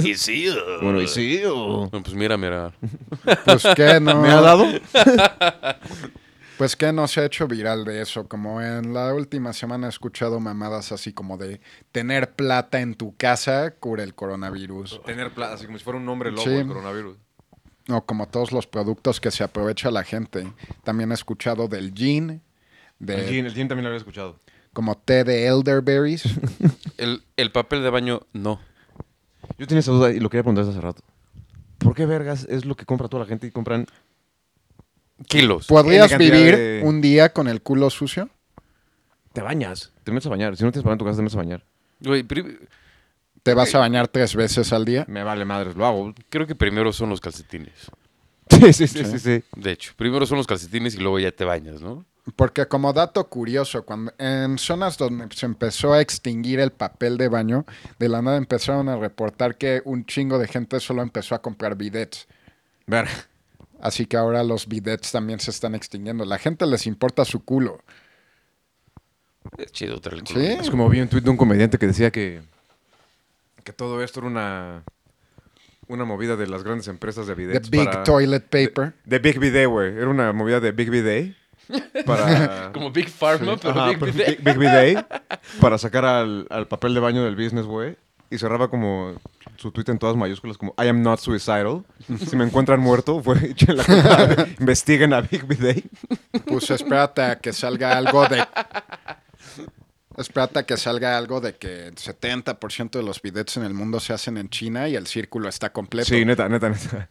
D: Y sí.
A: bueno, y sí o...
D: No, pues mira, mira.
B: Pues que no.
A: ¿Me ha dado?
B: Pues que no se ha hecho viral de eso. Como en la última semana he escuchado mamadas así como de tener plata en tu casa cura el coronavirus.
A: Tener plata, así como si fuera un hombre
B: lobo Sí. el
A: coronavirus.
B: No, como todos los productos que se aprovecha la gente. También he escuchado del gin, de
A: El gin, el gin también lo había escuchado.
B: como té de elderberries.
D: El, el papel de baño, no.
A: Yo tenía esa duda y lo quería preguntar desde hace rato. ¿Por qué vergas es lo que compra toda la gente y compran...
D: Kilos.
B: ¿Podrías
A: cantidad
B: vivir
A: de-
B: un día con el culo sucio?
A: Te bañas. Te metes a bañar. Si no te bañas en tu casa, te metes a bañar.
D: Güey, pri-
B: ¿Te vas a bañar tres veces al día?
A: Me vale madres, lo hago.
D: creo que primero son los calcetines.
A: Sí, sí, sí, sí. sí.
D: De hecho, primero son los calcetines y luego ya te bañas, ¿no?
B: Porque como dato curioso, cuando en zonas donde se empezó a extinguir el papel de baño, de la nada empezaron a reportar que un chingo de gente solo empezó a comprar bidets.
A: Ver.
B: Así que ahora los bidets también se están extinguiendo. La gente les importa su culo.
D: Es chido traer el culo.
B: ¿Sí?
A: Es como vi un tuit de un comediante que decía que, que todo esto era una, una movida de las grandes empresas de
B: The
A: bidets.
B: big
A: para-
B: toilet paper.
A: De Big Bidet, güey. Era una movida de Big Bidet. Para,
D: Como Big Pharma, pero
A: Ajá,
D: Big
A: pero
D: Bidet.
A: Big- Big Bidet, Para sacar al, al papel de baño del business, güey. Y cerraba como su tweet en todas mayúsculas como I am not suicidal. Si me encuentran muerto, güey, echen la culpa. Investiguen a Big Bidet.
B: Pues espérate a que salga algo de... Espérate a que salga algo de que el 70% de los bidets en el mundo se hacen en China y el círculo está completo.
A: Sí, neta, neta, neta.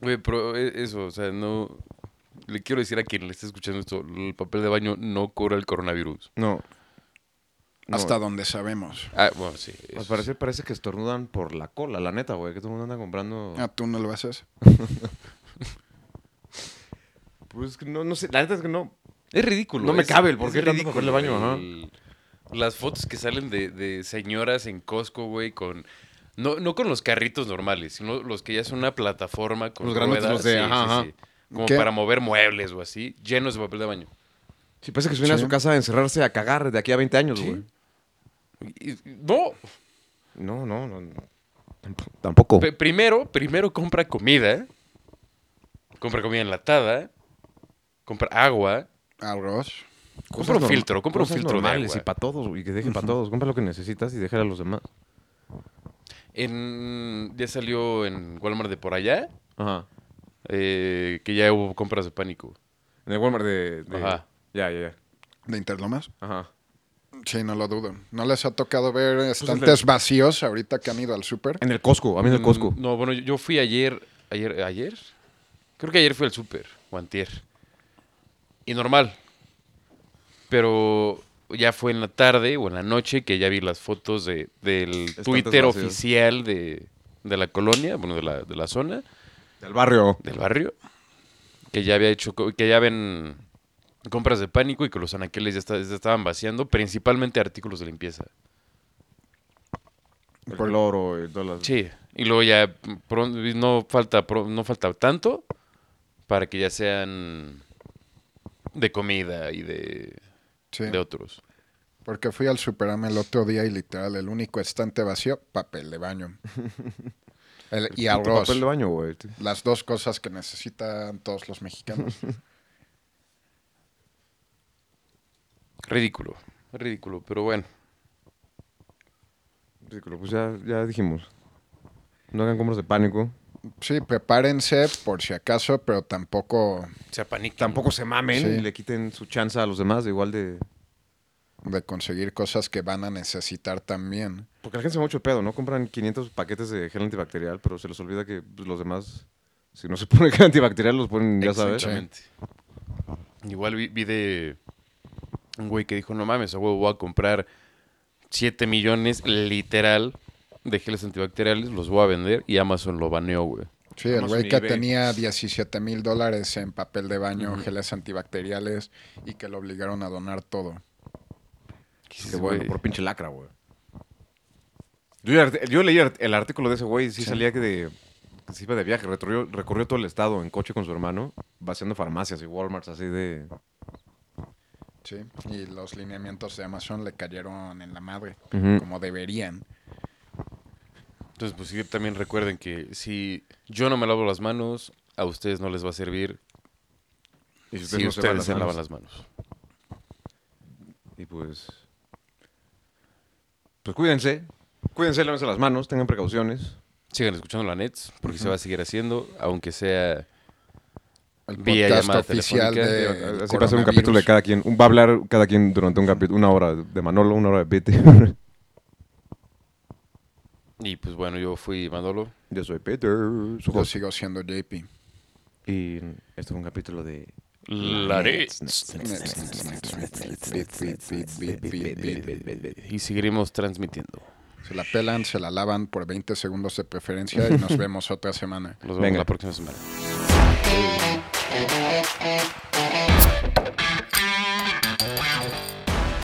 D: Güey, pero e- eso, o sea, no... Le quiero decir a quien le esté escuchando esto, el papel de baño no cura el coronavirus.
A: No. No,
B: hasta donde sabemos.
D: Ah, bueno, sí. eso
A: Al
D: sí.
A: parecer Pues parece que estornudan por la cola, la neta, güey. Que todo el mundo anda comprando...
B: Ah, tú no lo haces.
A: Pues que no, no sé, la neta es que no.
D: Es ridículo.
A: No me
D: es-
A: cabe el
D: es
A: por qué tanto
D: ridículo,
A: papel de baño, ajá.
D: el- Las fotos que salen de, de señoras en Costco, güey, con... No, no con los carritos normales, sino los que ya son una plataforma con
A: Los grandes,
D: ruedas.
A: los de-
D: sí,
A: ajá,
D: sí,
A: ajá.
D: sí. Como
B: ¿Qué?
D: para mover muebles o así, llenos de papel de baño.
A: Si parece que se viene a
B: Sí.
A: su casa a encerrarse a cagar de aquí a 20 años, güey.
D: Y- y- no,
A: No, no, no. no. Tamp- Tampoco.
D: Pe- primero, primero compra comida. Compra comida enlatada. Compra agua.
B: Arroz.
D: Compra un
A: norma-
D: filtro, compra un
A: cosas
D: filtro de
A: normales
D: agua.
A: y para todos, güey, que dejen para todos. Compra lo que necesitas y dejar a los demás.
D: En, ya salió en Walmart de por allá.
A: Ajá.
D: eh, que ya hubo compras de pánico.
A: En el Walmart de... de-
D: Ajá.
A: Ya, ya, ya.
B: ¿De Interlomas?
A: Ajá.
B: Sí, no lo dudo. ¿No les ha tocado ver estantes
A: Pues,
B: vacíos ahorita que han ido al súper?
A: En el Costco, a mí en el Costco.
D: Mm, No, bueno, yo- yo fui ayer. ¿Ayer? ¿Ayer? Creo que ayer fue al súper. O antier. Y normal. Pero ya fue en la tarde o en la noche que ya vi las fotos de, del
A: Estantes
D: Twitter
A: vacíos.
D: oficial de, de la colonia, bueno, de la, de la zona.
A: Del barrio.
D: del barrio que ya había hecho co- que ya ven compras de pánico y que los anaqueles ya, está- ya estaban vaciando principalmente artículos de limpieza
A: El oro, el dólar.
D: sí y luego ya pron- no falta pro- no falta tanto para que ya sean de comida y de,
B: Sí.
D: de otros
B: Porque fui al Superama el otro día y literal, el único estante vacío, papel de baño. El- y
A: Puto
B: arroz.
A: papel de baño, güey.
B: Las dos cosas que necesitan todos los mexicanos.
D: ridículo ridículo pero bueno
A: Ridículo, Pues ya, ya dijimos. No hagan compras de pánico.
B: Sí, prepárense por si acaso, pero tampoco
D: se apanican
A: Tampoco se mamen
B: Sí.
A: y le quiten su chance a los demás de igual de...
B: de conseguir cosas que van a necesitar también.
A: Porque la gente se va mucho de pedo, ¿no? Compran 500 paquetes de gel antibacterial, pero se les olvida que pues, los demás, si no se pone gel antibacterial, los ponen, ya sabes.
D: Exactamente. Igual vi, vi de un güey que dijo, no mames, a huevo, voy a comprar 7 millones literal de geles antibacteriales, los voy a vender y Amazon lo baneó, güey.
B: Sí, el
A: Amazon
B: güey
A: y
B: que
A: eBay.
B: tenía 17 mil dólares en papel de baño, geles antibacteriales y que lo obligaron a donar todo.
A: Qué bueno, por pinche lacra, güey. Yo, ya- yo leí art- el artículo de ese güey, sí, salía que de que se iba de viaje, recorrió, recorrió todo el estado en coche con su hermano, vaciando farmacias y Walmarts así de...
B: Sí, y los lineamientos de Amazon le cayeron en la madre,
A: Ujú.
B: como deberían.
D: Entonces, pues sí, también recuerden que si yo no me lavo las manos, a ustedes no les va a servir
A: Y si
D: si ustedes se, lavan las manos.
A: Y pues... Pues cuídense, cuídense, lávense las manos, tengan precauciones.
D: Sigan escuchando la Nets, porque se va a seguir haciendo, aunque sea...
B: El
D: Vía
B: podcast
D: llamada
B: oficial
D: telefónica,
B: de
A: Así va a ser un capítulo de cada quien, un- va a hablar cada quien durante un capítulo, una hora de Manolo, una hora de Pete.
D: Y pues bueno, yo fui Manolo.
A: Yo soy Peter, su
B: Yo
A: host.
B: sigo siendo JP.
A: Y esto fue un capítulo de...
D: La Nets.
B: Bit, bit, bit, bit, bit, bit, bit.
D: Y seguiremos transmitiendo.
B: Se la pelan, se la lavan por 20 segundos de preferencia y nos vemos otra semana.
D: Nos vemos
A: Venga.
D: la próxima semana.